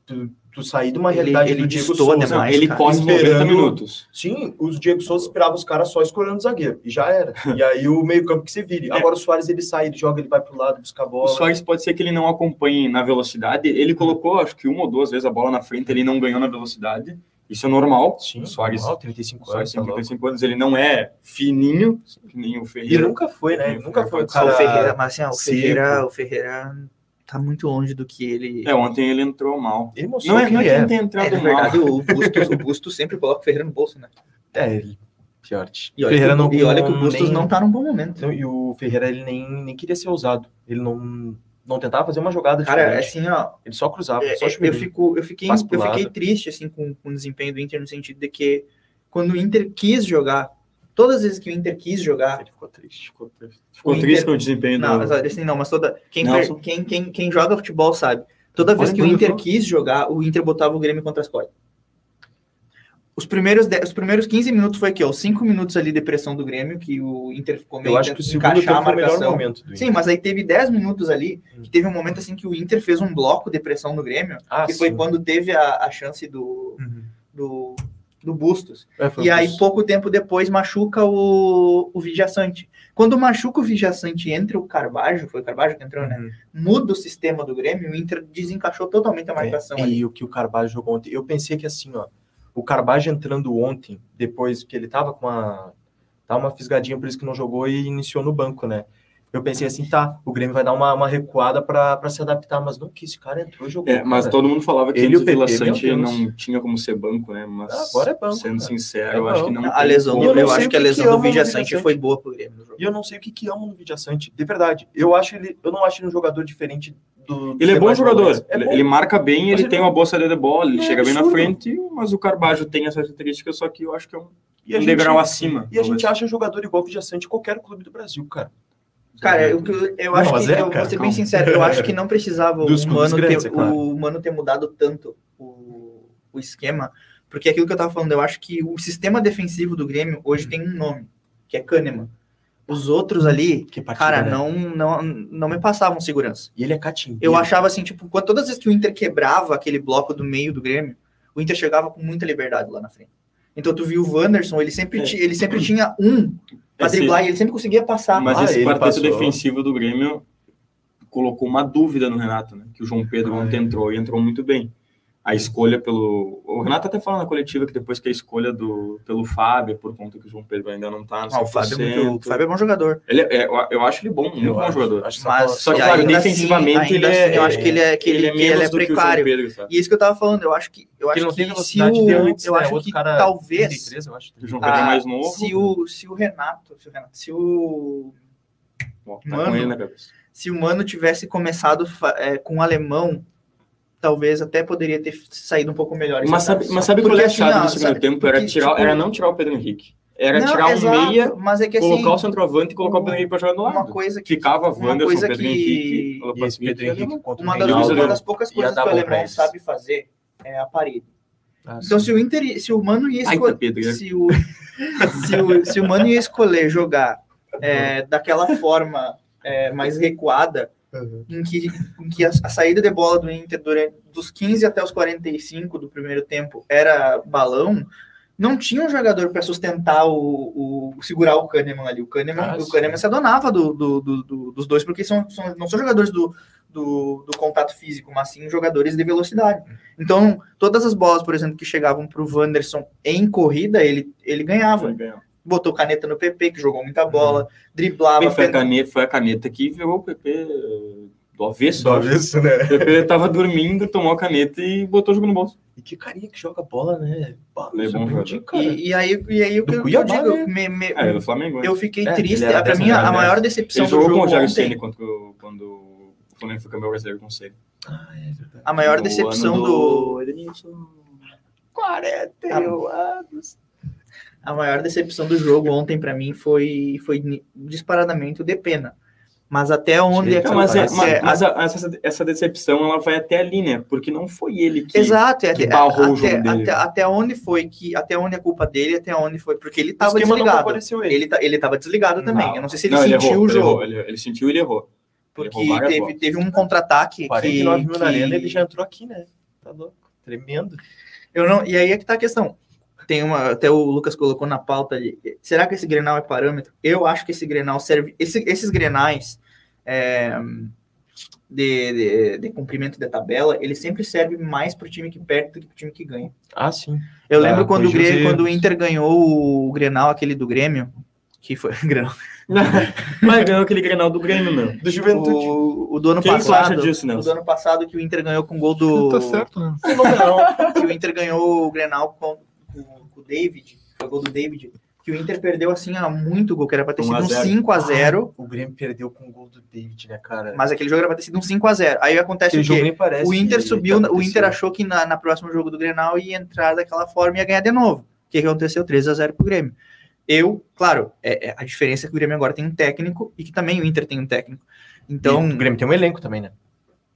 Speaker 4: tu, tu sair de uma
Speaker 1: Ele-
Speaker 4: realidade
Speaker 1: ele
Speaker 4: do Diego
Speaker 1: destoa
Speaker 4: Souza.
Speaker 1: demais. Mas,
Speaker 2: ele
Speaker 1: cara,
Speaker 2: corre os 90
Speaker 4: esperando-
Speaker 2: minutos.
Speaker 4: Sim, os Diego Souza esperava os caras só escolhendo o zagueiro, e já era. E aí o meio-campo que se vire. Agora o Soares ele sai, ele joga, ele vai pro lado, busca a
Speaker 2: O
Speaker 4: bola.
Speaker 2: Soares pode ser que ele não acompanhe na velocidade. Ele colocou, acho que uma ou duas vezes a bola na frente, ele não ganhou na velocidade. Isso é normal.
Speaker 4: Sim,
Speaker 2: o Soares,
Speaker 4: normal,
Speaker 2: o
Speaker 4: 35
Speaker 2: Soares
Speaker 4: anos.
Speaker 2: tem
Speaker 4: tá louco.
Speaker 2: 35 anos, ele não é fininho, que nem o
Speaker 4: E
Speaker 2: Ferreira.
Speaker 4: nunca foi, né?
Speaker 2: Ele
Speaker 4: Nunca foi um
Speaker 2: foi-
Speaker 1: o
Speaker 4: cara...
Speaker 1: Ferreira, mas assim, ó, o
Speaker 4: seco.
Speaker 1: Ferreira, o Ferreira tá muito longe do que ele.
Speaker 2: É, ontem ele entrou mal.
Speaker 4: Ele mostrou
Speaker 2: Não é,
Speaker 4: que
Speaker 2: não é
Speaker 4: ele
Speaker 2: que ele
Speaker 4: é.
Speaker 2: tenha
Speaker 1: É,
Speaker 2: entrado
Speaker 1: na
Speaker 2: mal.
Speaker 1: verdade, o Bustos, o Bustos sempre coloca o Ferreira no bolso, né?
Speaker 4: É, ele... Pior. tch.
Speaker 1: E olha,
Speaker 4: Ferreira
Speaker 1: que, o-
Speaker 4: não-
Speaker 1: e olha que o
Speaker 4: não-
Speaker 1: Bustos
Speaker 4: nem-
Speaker 1: não tá num bom momento.
Speaker 4: Então, e o Ferreira ele nem, nem queria ser ousado. Ele não, não tentava fazer uma jogada
Speaker 1: Cara, assim,
Speaker 4: diferente.
Speaker 1: ó,
Speaker 4: Ele só cruzava,
Speaker 1: é-
Speaker 4: Tá só
Speaker 1: é- eu,
Speaker 4: chuveirinho.
Speaker 1: fico, eu, fiquei,
Speaker 4: Passa pro
Speaker 1: eu fiquei
Speaker 4: lado.
Speaker 1: triste assim, com, com o desempenho do Inter, no sentido de que quando o Inter quis jogar, todas as vezes que o Inter quis jogar,
Speaker 4: Ele ficou triste.
Speaker 2: Ficou triste. Ficou
Speaker 1: Inter-
Speaker 2: triste com o desempenho
Speaker 1: Não,
Speaker 2: do...
Speaker 1: mas olha, assim, não, mas toda. Quem,
Speaker 2: Não,
Speaker 1: per-
Speaker 2: só-
Speaker 1: quem, quem, quem joga futebol sabe. Toda vez
Speaker 2: Olha
Speaker 1: que o
Speaker 2: quando
Speaker 1: Inter
Speaker 2: joga.
Speaker 1: quis jogar, o Inter botava o Grêmio contra as cordas. Os primeiros, de- os primeiros 15 minutos foi aqui, ó. Os 5 minutos ali de pressão do Grêmio, que o Inter ficou meio
Speaker 4: Eu acho que o
Speaker 1: tentando
Speaker 4: segundo tempo foi o melhor momento do
Speaker 1: Sim, mas aí teve 10 minutos ali,
Speaker 4: Hum.
Speaker 1: que teve um momento assim que o Inter fez um bloco de pressão no Grêmio,
Speaker 4: Ah,
Speaker 1: que foi
Speaker 4: sim.
Speaker 1: quando teve a, a chance do,
Speaker 4: Uhum.
Speaker 1: do, do Bustos.
Speaker 4: É, foi
Speaker 1: E
Speaker 4: um
Speaker 1: aí,
Speaker 4: dos-
Speaker 1: pouco tempo depois, machuca o, o Vijaçante. Quando machuca o Vijaçante entra o Carbajo, foi o Carbajo que entrou, né?
Speaker 4: Uhum.
Speaker 1: Muda o sistema do Grêmio, o Inter desencaixou totalmente a marcação
Speaker 4: É,
Speaker 1: ali.
Speaker 4: e o que o Carvalho jogou ontem. Eu pensei que assim, ó, o Carvalho entrando ontem, depois que ele tava com uma. Tava uma fisgadinha, por isso que não jogou e iniciou no banco, né? Eu pensei assim, tá, o Grêmio vai dar uma, uma recuada pra pra se adaptar, mas não que esse cara entrou e jogou.
Speaker 2: É, mas
Speaker 4: cara.
Speaker 2: todo mundo falava que
Speaker 4: Ele e
Speaker 2: antes
Speaker 4: o
Speaker 2: o
Speaker 4: PP,
Speaker 2: Vila
Speaker 4: meu
Speaker 2: Sante
Speaker 4: Deus.
Speaker 2: não tinha como ser banco, né? Mas
Speaker 4: Ah, agora é banco,
Speaker 2: sendo
Speaker 4: cara.
Speaker 2: sincero,
Speaker 4: É
Speaker 2: eu acho que
Speaker 4: banco.
Speaker 2: não
Speaker 1: A
Speaker 2: tem
Speaker 1: lesão,
Speaker 2: como.
Speaker 1: eu,
Speaker 4: eu não
Speaker 1: acho
Speaker 4: sei o
Speaker 1: que a
Speaker 4: que que
Speaker 1: lesão
Speaker 4: ama
Speaker 1: do
Speaker 4: o
Speaker 1: Vijaçante
Speaker 4: Vijaçante.
Speaker 1: foi boa pro Grêmio no jogo.
Speaker 4: E eu não sei o que que amo no Vidiaçante, de verdade. Eu acho ele, eu não acho ele um jogador diferente do. dos
Speaker 2: Ele é bom
Speaker 4: demais
Speaker 2: jogador,
Speaker 4: jogadores. É
Speaker 2: ele,
Speaker 4: bom.
Speaker 2: ele marca bem,
Speaker 4: Mas
Speaker 2: ele
Speaker 4: ele
Speaker 2: tem
Speaker 4: não-
Speaker 2: uma boa saída de bola, ele
Speaker 4: É
Speaker 2: chega bem na
Speaker 4: absurdo.
Speaker 2: frente, mas o Carbajo tem essa característica, só que eu acho que é um,
Speaker 4: E a
Speaker 2: um
Speaker 4: gente-
Speaker 2: degrau acima.
Speaker 4: E a
Speaker 2: talvez.
Speaker 4: gente acha um jogador igual o Vidiaçante em qualquer clube do Brasil, cara.
Speaker 2: É.
Speaker 4: é
Speaker 1: Cara, eu, eu- eu
Speaker 4: Não,
Speaker 1: acho
Speaker 4: mas
Speaker 1: que,
Speaker 4: é,
Speaker 1: eu
Speaker 4: cara,
Speaker 1: vou ser bem
Speaker 2: calma.
Speaker 1: sincero, eu acho que não precisava
Speaker 4: Dos
Speaker 1: o,
Speaker 4: clubes
Speaker 1: Mano
Speaker 4: grandes,
Speaker 1: ter,
Speaker 4: é claro.
Speaker 1: o Mano ter mudado tanto o, o esquema, porque aquilo que eu tava falando, eu acho que o sistema defensivo do Grêmio hoje
Speaker 4: Hum.
Speaker 1: tem um nome, que é Kahneman. Os outros ali,
Speaker 4: Que partida,
Speaker 1: cara,
Speaker 4: né?
Speaker 1: não, não, não me passavam segurança.
Speaker 4: E ele é catimbeiro.
Speaker 1: Eu achava assim, tipo, quando, todas as vezes que o Inter quebrava aquele bloco do meio do Grêmio, o Inter chegava com muita liberdade lá na frente. Então tu viu o Wanderson, ele sempre,
Speaker 2: É.
Speaker 1: ti- ele sempre tinha um pra
Speaker 2: Esse-
Speaker 1: driblar e ele sempre conseguia passar.
Speaker 2: Mas
Speaker 4: Ah,
Speaker 2: esse
Speaker 4: ele
Speaker 2: quarteto
Speaker 4: passou.
Speaker 2: defensivo do Grêmio colocou uma dúvida no Renato, né? Que o João Pedro
Speaker 1: Ah,
Speaker 2: ontem
Speaker 1: é.
Speaker 2: entrou e entrou muito bem. A escolha pelo. O Renato até fala na coletiva que depois que a escolha do... pelo Fábio, por conta que o João Pedro ainda não tá. no
Speaker 1: Ah, o Fábio é muito-
Speaker 2: 100%.
Speaker 1: o Fábio é bom jogador.
Speaker 2: Ele é- é, eu- eu acho ele bom, muito
Speaker 4: Eu
Speaker 2: bom
Speaker 4: acho-
Speaker 2: jogador.
Speaker 4: acho essa
Speaker 1: Mas
Speaker 4: bola-
Speaker 2: Só que,
Speaker 1: e
Speaker 2: claro,
Speaker 1: ainda
Speaker 2: defensivamente
Speaker 1: assim-
Speaker 2: ele
Speaker 1: ainda
Speaker 2: é-
Speaker 1: assim, eu acho que ele é, que ele, que ele
Speaker 2: menos
Speaker 1: é
Speaker 2: do que o João
Speaker 1: precário.
Speaker 2: Pedro, sabe?
Speaker 1: E é isso que eu tava falando, eu acho que eu
Speaker 4: Porque
Speaker 1: acho
Speaker 4: não
Speaker 1: que
Speaker 4: teve
Speaker 1: se
Speaker 4: velocidade de
Speaker 1: o,
Speaker 4: antes,
Speaker 1: eu
Speaker 4: né?
Speaker 1: acho
Speaker 4: Outro
Speaker 1: que
Speaker 4: cara,
Speaker 1: talvez
Speaker 4: 33, eu acho.
Speaker 2: O João Pedro é
Speaker 1: Ah,
Speaker 2: mais novo.
Speaker 1: se o se o Renato, se o Renato, se o
Speaker 2: Ó, tá
Speaker 1: Mano.
Speaker 2: com ele na cabeça.
Speaker 1: se o Mano tivesse começado fa- é, com o alemão, talvez até poderia ter saído um pouco melhor. esse
Speaker 2: Mas
Speaker 1: cara.
Speaker 2: sabe, mas sabe
Speaker 1: Porque
Speaker 2: qual é a
Speaker 1: assim,
Speaker 2: chave
Speaker 1: ó,
Speaker 2: do segundo
Speaker 1: sabe,
Speaker 2: tempo? Era,
Speaker 1: porque,
Speaker 2: tirar,
Speaker 1: tipo,
Speaker 2: era não tirar o Pedro Henrique. Era
Speaker 1: não,
Speaker 2: tirar um
Speaker 1: exato,
Speaker 2: meia,
Speaker 1: mas é que assim,
Speaker 2: colocar o centroavante e colocar o
Speaker 1: um-
Speaker 2: Pedro Henrique pra jogar no
Speaker 1: uma
Speaker 2: lado.
Speaker 1: coisa que uma
Speaker 2: Ficava Wanderson,
Speaker 1: coisa
Speaker 2: Pedro
Speaker 1: que-
Speaker 2: Henrique,
Speaker 4: E esse
Speaker 2: Alapatrick,
Speaker 4: Pedro Henrique contra o
Speaker 1: uma das,
Speaker 2: Reinaldo
Speaker 1: uma das poucas
Speaker 4: ia
Speaker 1: coisas que
Speaker 4: dar
Speaker 1: o
Speaker 4: bom pra
Speaker 1: alemão
Speaker 4: eles.
Speaker 1: sabe fazer é a parede.
Speaker 4: Ah,
Speaker 1: Então
Speaker 4: sim.
Speaker 1: se o Inter, ia- se o Mano ia
Speaker 2: Baita
Speaker 1: escolher
Speaker 4: Tá
Speaker 2: Pedro, né?
Speaker 1: se o, se, o, se o Mano ia escolher jogar é, daquela forma é, mais recuada,
Speaker 4: Uhum.
Speaker 1: em que, em que a, a saída de bola do Inter durante, dos 15 até os 45 do primeiro tempo era balão, não tinha um jogador para sustentar o, o- segurar o Kahneman ali. O Kahneman,
Speaker 4: Ah,
Speaker 1: o
Speaker 4: sim.
Speaker 1: Kahneman se adonava do- do- do- do- dos dois, porque são, são- não são jogadores do, do, do contato físico, mas sim jogadores de velocidade. Então, todas as bolas, por exemplo, que chegavam para o Wanderson em corrida, ele, ele ganhava. Botou caneta no PP, que jogou muita bola, driblava.
Speaker 2: Bem, né? foi, a
Speaker 1: pen-
Speaker 2: caneta, foi a caneta que virou o PP do avesso.
Speaker 4: Só isso, né?
Speaker 2: O PP tava dormindo, tomou a caneta e botou o jogo no bolso.
Speaker 4: E que carinha que joga bola, né? Bah,
Speaker 2: Ele é bom
Speaker 4: surpreendi, cara.
Speaker 1: E, e aí, e aí o que
Speaker 4: Do
Speaker 1: eu, eu
Speaker 4: Cuiabá,
Speaker 1: digo,
Speaker 4: né?
Speaker 1: me- me-
Speaker 2: É, do Flamengo. né?
Speaker 1: eu fiquei
Speaker 4: É,
Speaker 1: triste.
Speaker 4: ele era
Speaker 1: Para
Speaker 4: dessa
Speaker 1: mim, a
Speaker 4: realidade.
Speaker 1: maior decepção
Speaker 2: Ele
Speaker 1: do jogo
Speaker 2: jogou com o Jair
Speaker 1: ontem-
Speaker 2: Ceni quando, quando o Flamengo foi campeão brasileiro com o Ceni.
Speaker 4: Ah, é verdade.
Speaker 1: A maior
Speaker 2: O
Speaker 1: decepção
Speaker 2: ano
Speaker 1: do...
Speaker 2: do Edenilson.
Speaker 1: 41 anos. A maior decepção do jogo ontem para mim foi, foi ni- disparadamente o de pena. Mas até onde
Speaker 4: Direito,
Speaker 2: Cara,
Speaker 1: capaz-
Speaker 2: mas é-
Speaker 4: Parece-
Speaker 1: é,
Speaker 2: mas- mas a- essa, essa decepção ela vai até ali, né? Porque não foi ele que.
Speaker 1: Exato, é
Speaker 2: que
Speaker 1: até,
Speaker 2: barrou o jogo
Speaker 1: até-
Speaker 2: dele.
Speaker 1: até- até onde foi que. Até onde é culpa dele, até onde foi. Porque ele
Speaker 2: O
Speaker 1: tava
Speaker 2: esquema não tá
Speaker 1: desligado.
Speaker 2: favoreceu ele.
Speaker 1: Ele, ta- ele tava desligado também. Eu não sei se ele
Speaker 2: Não,
Speaker 1: sentiu
Speaker 2: errou,
Speaker 1: o jogo.
Speaker 2: errou, ele, ele sentiu e ele errou.
Speaker 1: porque
Speaker 2: errou várias
Speaker 1: teve,
Speaker 2: bolas.
Speaker 1: teve um contra-ataque. que-
Speaker 4: 49 mil
Speaker 1: que-
Speaker 4: na arena, ele já entrou aqui, né? Tá louco. Tremendo.
Speaker 1: Eu não, e aí é que tá a questão. Tem uma, até o Lucas colocou na pauta ali. Será que esse Grenal é parâmetro? Eu acho que esse Grenal serve. esse- esses Grenais é, de, de, de cumprimento da tabela, ele sempre serve mais pro time que perde do que pro time que ganha.
Speaker 4: Ah, sim.
Speaker 1: Eu
Speaker 2: É,
Speaker 4: Pra
Speaker 1: lembro quando o,
Speaker 4: corrigir os
Speaker 1: Grêmio,
Speaker 4: erros.
Speaker 1: quando o Inter ganhou o Grenal, aquele do Grêmio, que foi Grenal,
Speaker 2: Mas ganhou aquele Grenal do Grêmio, meu.
Speaker 4: Do Juventude.
Speaker 1: o, o do ano
Speaker 2: Quem tu acha
Speaker 1: passado.
Speaker 2: disso,
Speaker 1: O do
Speaker 2: Nelson?
Speaker 1: ano passado que o Inter ganhou com o gol do.
Speaker 3: Tá certo, né?
Speaker 2: Fenomenal.
Speaker 1: que o Inter ganhou o Grenal com, com- com o David, foi o gol do David, que o Inter perdeu assim, ó, muito gol, que era pra ter
Speaker 2: Um
Speaker 1: sido
Speaker 2: a
Speaker 1: um
Speaker 2: zero.
Speaker 1: 5x0,
Speaker 4: O Grêmio perdeu com o gol do David, né, cara?
Speaker 1: mas aquele jogo era pra ter sido um 5x0. Aí acontece
Speaker 4: Aquele
Speaker 1: o
Speaker 4: jogo
Speaker 1: quê?
Speaker 4: nem parece.
Speaker 1: O Inter
Speaker 4: que tá
Speaker 1: subiu, o
Speaker 4: aconteceu.
Speaker 1: Inter achou que na, na próximo jogo do Grenal ia entrar daquela forma e ia ganhar de novo. O que que aconteceu? 3x0 pro Grêmio. Eu, claro, é, é a diferença é que o Grêmio agora tem um técnico e que também o Inter tem um técnico. Então,
Speaker 4: E O Grêmio tem um elenco também, né?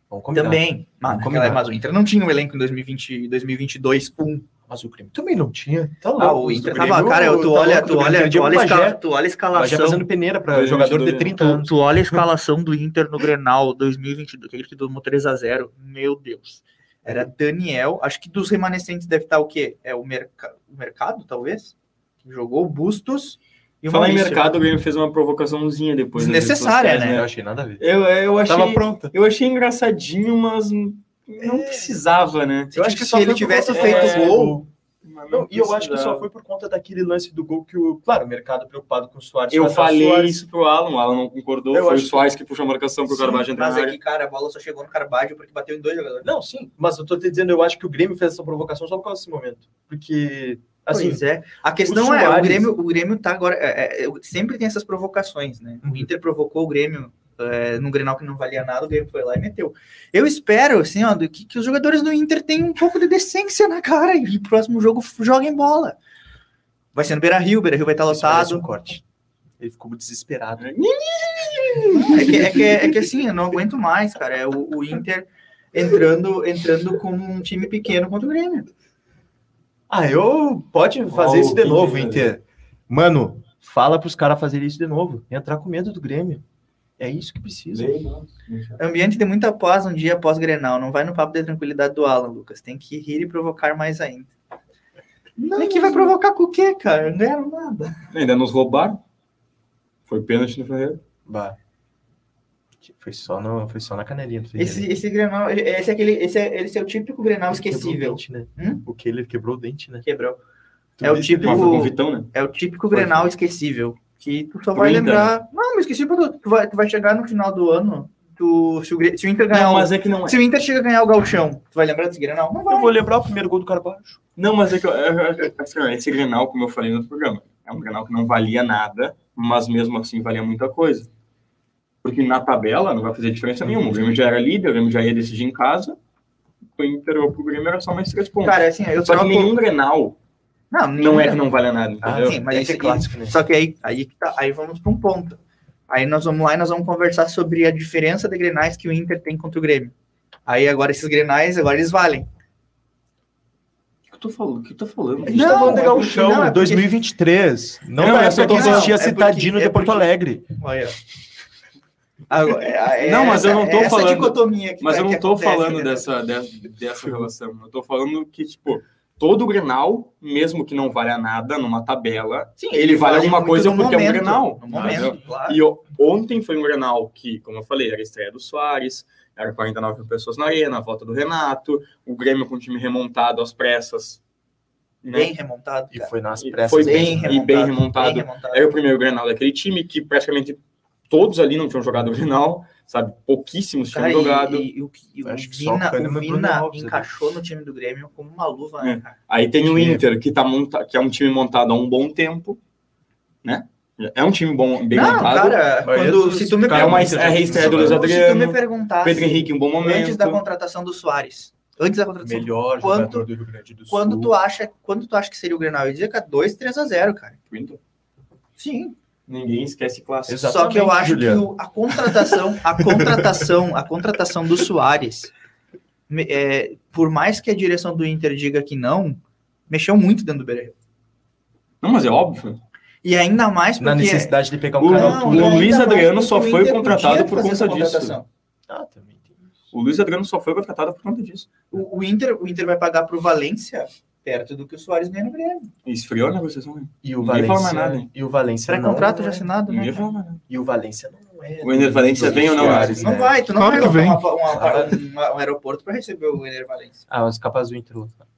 Speaker 4: Vamos combinar.
Speaker 1: também, mas,
Speaker 4: Vamos
Speaker 1: naquela-
Speaker 4: combinar.
Speaker 1: mas o Inter não tinha um elenco em 2020, 2022 com
Speaker 4: Mas o Grêmio também não tinha. Tá
Speaker 1: Ah,
Speaker 4: louco,
Speaker 1: o
Speaker 4: os
Speaker 1: Inter
Speaker 4: do
Speaker 1: tava,
Speaker 4: Grêmio,
Speaker 1: cara,
Speaker 4: tá
Speaker 1: tu
Speaker 4: louco,
Speaker 1: olha,
Speaker 4: do
Speaker 1: tu
Speaker 4: Grêmio
Speaker 1: olha,
Speaker 4: perdia
Speaker 1: tu
Speaker 4: pro
Speaker 1: olha, a escala-
Speaker 4: Bagé,
Speaker 1: tu olha a
Speaker 4: Bagé
Speaker 1: escalação,
Speaker 4: fazendo peneira para
Speaker 2: Dois
Speaker 4: jogador de
Speaker 2: dois,
Speaker 4: 30
Speaker 1: tu,
Speaker 4: anos.
Speaker 1: tu olha a escalação do Inter no Grenal 2022, que ele tomou 3 a 0 meu Deus. Era Daniel, acho que dos remanescentes deve estar o quê? É o, merca, o Mercado, talvez? Que jogou o Bustos e o
Speaker 2: Falar em
Speaker 1: Maurício.
Speaker 2: mercado, o Grêmio fez uma provocaçãozinha depois. nas redes
Speaker 1: Desnecessária,
Speaker 2: sociais,
Speaker 1: né?
Speaker 4: É, Eu achei nada a ver.
Speaker 2: Eu, eu, achei,
Speaker 4: Tava pronta.
Speaker 2: eu achei engraçadinho, mas não precisava, né?
Speaker 1: Eu acho que se ele
Speaker 4: foi por
Speaker 1: tivesse
Speaker 4: conta-
Speaker 1: feito
Speaker 2: é,
Speaker 1: o gol,
Speaker 2: Mas
Speaker 4: Não, e eu acho que só
Speaker 2: precisava.
Speaker 4: foi por conta daquele lance do gol que o. Claro, o mercado preocupado com o Soares.
Speaker 2: Eu
Speaker 4: mas o
Speaker 2: falei
Speaker 4: Soares-
Speaker 2: isso pro Alan, o Alan não concordou.
Speaker 4: Eu
Speaker 2: foi o
Speaker 4: acho que-
Speaker 2: Soares que puxou a marcação pro
Speaker 4: Sim,
Speaker 2: Carvalho entrar
Speaker 1: mas
Speaker 2: na
Speaker 1: é
Speaker 2: área.
Speaker 1: que, cara, a bola só chegou no Carvalho porque bateu em dois jogadores.
Speaker 4: Não, sim, mas eu tô te dizendo, eu acho que o Grêmio fez essa provocação só por causa desse momento. Porque, assim,
Speaker 1: pois é. A questão é, o
Speaker 4: Suárez-
Speaker 1: Grêmio, o Grêmio tá agora. é, é, eu- sempre tem essas provocações, né? O Inter provocou o Grêmio é, num Grenal que não valia nada, o Grêmio foi lá e meteu. Eu espero, assim, ó, do- que, que os jogadores do Inter tenham um pouco de decência na cara e no próximo jogo f- joguem bola. Vai ser no Beira Rio, Beira Rio vai estar
Speaker 4: isso parece um
Speaker 1: lotado.
Speaker 4: corte. Ele ficou muito desesperado.
Speaker 1: É que, é, que, é que, assim, eu não aguento mais, cara. É o, o Inter entrando, entrando com um time pequeno contra o Grêmio.
Speaker 4: Ah, eu pode fazer
Speaker 2: Ó,
Speaker 4: isso de
Speaker 2: o
Speaker 4: novo,
Speaker 2: Inter.
Speaker 4: Inter. Mano, fala pros caras fazerem isso de novo. Entrar com medo do Grêmio. É isso que precisa.
Speaker 1: Ambiente de muita paz um dia após Grenal. Não vai no papo da tranquilidade do Alan, Lucas. Tem que rir e provocar mais ainda. Não, é que vai provocar com o quê, cara? Não ganharam nada.
Speaker 2: Ainda nos roubaram. Foi pênalti no Ferreira.
Speaker 4: Bah. Foi só, no, foi só na canelinha do Ferreira.
Speaker 1: Esse, é esse Grenal, esse é, aquele, esse, é, esse é o típico Grenal
Speaker 4: Ele quebrou o
Speaker 1: esquecível.
Speaker 4: dente, né?
Speaker 1: Hum?
Speaker 4: O que ele quebrou o dente, né?
Speaker 1: Quebrou.
Speaker 4: Tu
Speaker 1: É o
Speaker 4: disse
Speaker 1: tipo-
Speaker 2: Mas foi com o
Speaker 1: O-
Speaker 2: Vitão, né?
Speaker 1: É o típico
Speaker 2: Foi. né?
Speaker 1: Grenal esquecível. Que tu só vai
Speaker 2: Ainda.
Speaker 1: lembrar. Não, mas esqueci porque tu vai, tu vai chegar no final do ano. Tu, se, o, Gre- se o Inter ganhar.
Speaker 2: Não,
Speaker 1: o-
Speaker 2: mas é que não é.
Speaker 1: Se o Inter chega a ganhar o Galchão, tu vai lembrar desse Grenal? Não
Speaker 4: Eu
Speaker 1: vai.
Speaker 4: vou lembrar o primeiro gol do Carvalho.
Speaker 2: Não, mas é que eu- eu- eu- assim, ó, esse Grenal, como eu falei no outro programa, é um Grenal que não valia nada, mas mesmo assim valia muita coisa. Porque na tabela não vai fazer diferença nenhuma. O Grêmio já era líder, o Grêmio já ia decidir em casa. O Inter pro Grêmio era só mais três pontos.
Speaker 1: Cara, assim, eu
Speaker 2: só
Speaker 1: troco.
Speaker 2: que nenhum Grenal
Speaker 1: Não,
Speaker 2: não
Speaker 1: nenhum
Speaker 2: é que não valha nada, entendeu?
Speaker 1: Ah, sim, mas
Speaker 4: esse é
Speaker 1: esse-
Speaker 4: clássico, né?
Speaker 1: Só que aí, aí, que tá, aí vamos para um ponto. Aí nós vamos lá e nós vamos conversar sobre a diferença de grenais que o Inter tem contra o Grêmio. Aí agora esses grenais, agora eles valem.
Speaker 2: O que eu tô falando? O que eu tô falando?
Speaker 4: A gente tá falando de
Speaker 1: é porque-
Speaker 4: Gauchão,
Speaker 1: não, é porque-
Speaker 4: 2023. Não,
Speaker 2: Não,
Speaker 4: não
Speaker 2: é
Speaker 4: é
Speaker 2: só
Speaker 4: só que
Speaker 2: tô falando-
Speaker 4: existia
Speaker 1: é porque-
Speaker 4: Citadino
Speaker 1: é
Speaker 4: de Porto
Speaker 1: porque-
Speaker 4: Alegre.
Speaker 1: Olha. Agora, é- é
Speaker 2: Não, mas eu não tô
Speaker 1: essa
Speaker 2: falando-
Speaker 1: dicotomia que
Speaker 2: Mas
Speaker 1: tá-
Speaker 2: eu não
Speaker 1: que
Speaker 2: tô
Speaker 1: acontece
Speaker 2: falando
Speaker 1: dentro-
Speaker 2: dessa, de- dessa relação. Eu tô falando que, tipo, todo Grenal, mesmo que não valha nada numa tabela,
Speaker 1: Sim,
Speaker 2: ele vale alguma
Speaker 1: muito
Speaker 2: coisa
Speaker 1: no
Speaker 2: porque é um
Speaker 1: momento,
Speaker 2: Grenal.
Speaker 1: No momento, claro.
Speaker 2: E o- ontem foi um Grenal que, como eu falei, era a estreia do Soares, era 49 mil pessoas na arena, a volta do Renato, o Grêmio com o time remontado às pressas. né?
Speaker 1: Bem remontado.
Speaker 4: E
Speaker 1: cara.
Speaker 4: foi nas
Speaker 2: E
Speaker 4: pressas.
Speaker 2: foi
Speaker 4: mesmo,
Speaker 1: bem
Speaker 4: né?
Speaker 2: e
Speaker 1: remontado.
Speaker 2: bem remontado. É
Speaker 1: bem remontado.
Speaker 2: Era o primeiro Grenal daquele time, que praticamente todos ali não tinham jogado o Grenal, sabe? Pouquíssimos tinham
Speaker 1: Cara, e-
Speaker 2: jogado.
Speaker 1: e, e o, que- e o
Speaker 4: Acho que só o
Speaker 1: Vina,
Speaker 4: Kahneman e
Speaker 1: o
Speaker 4: o Bruno
Speaker 1: Vina
Speaker 4: Alves, né?
Speaker 1: encaixou no time do Grêmio como uma
Speaker 2: É,
Speaker 1: luva, né, cara?
Speaker 2: Aí tem o
Speaker 4: Sim.
Speaker 2: Inter, que, tá monta... que é um time montado há um bom tempo, né? É um time bom, bem
Speaker 1: Não,
Speaker 2: montado.
Speaker 1: cara,
Speaker 4: Mas
Speaker 1: quando,
Speaker 4: esse
Speaker 1: se tu me
Speaker 2: cara é uma
Speaker 1: perguntasse-
Speaker 2: é a reestreia do
Speaker 4: Luiz
Speaker 1: se tu me
Speaker 2: Adriano,
Speaker 1: perguntasse
Speaker 2: Pedro Henrique, um bom momento.
Speaker 1: antes da contratação do Soares, antes da contratação do
Speaker 4: Melhor
Speaker 1: Quanto-
Speaker 4: jogador do Rio Grande do Sul.
Speaker 1: quando tu acha, quando tu acha que seria o Grenal? Eu dizia que é 2, 3 a 0, cara.
Speaker 2: Quinto.
Speaker 1: Sim.
Speaker 2: Ninguém esquece classe.
Speaker 4: Exato.
Speaker 1: Só que eu acho
Speaker 4: Juliano.
Speaker 1: que o- a contratação, a contratação, a contratação do Soares, me- é, por mais que a direção do Inter diga que não, mexeu muito dentro do Beira.
Speaker 2: Não, mas é óbvio.
Speaker 1: E ainda mais porque
Speaker 4: Na necessidade de pegar um
Speaker 2: O-
Speaker 4: cara
Speaker 2: Não,
Speaker 4: altura.
Speaker 2: o
Speaker 1: ainda
Speaker 2: Luiz
Speaker 1: mais
Speaker 2: Adriano
Speaker 1: porque
Speaker 2: só
Speaker 1: o
Speaker 2: foi
Speaker 1: Inter
Speaker 2: contratado
Speaker 1: podia
Speaker 2: por
Speaker 1: fazer essa
Speaker 2: conta disso.
Speaker 1: contratação.
Speaker 4: Ah, também tem isso.
Speaker 2: O Luiz Adriano só foi contratado por conta disso.
Speaker 1: O, o Inter, o Inter vai pagar pro Valência perto do que o Soares ganha no Grêmio.
Speaker 2: E Esfriou a negociação. né?
Speaker 4: E o
Speaker 2: Ninguém fala mais
Speaker 4: Valência.
Speaker 2: nada, hein?
Speaker 4: e o Valência.
Speaker 1: Será
Speaker 4: não
Speaker 1: contrato
Speaker 4: é-
Speaker 1: já assinado, né?
Speaker 2: Ninguém
Speaker 1: cara?
Speaker 2: falou mais nada.
Speaker 4: E o Valência não é.
Speaker 2: O Ener Valência
Speaker 4: do
Speaker 2: vem ou não?
Speaker 4: Soares,
Speaker 1: Não
Speaker 4: né?
Speaker 1: vai, tu não
Speaker 3: Claro que
Speaker 1: vai
Speaker 3: vem.
Speaker 1: lotar uma- uma- uma- um aeroporto para receber o Ener Valência.
Speaker 4: Ah, mas capaz do Inter lutar.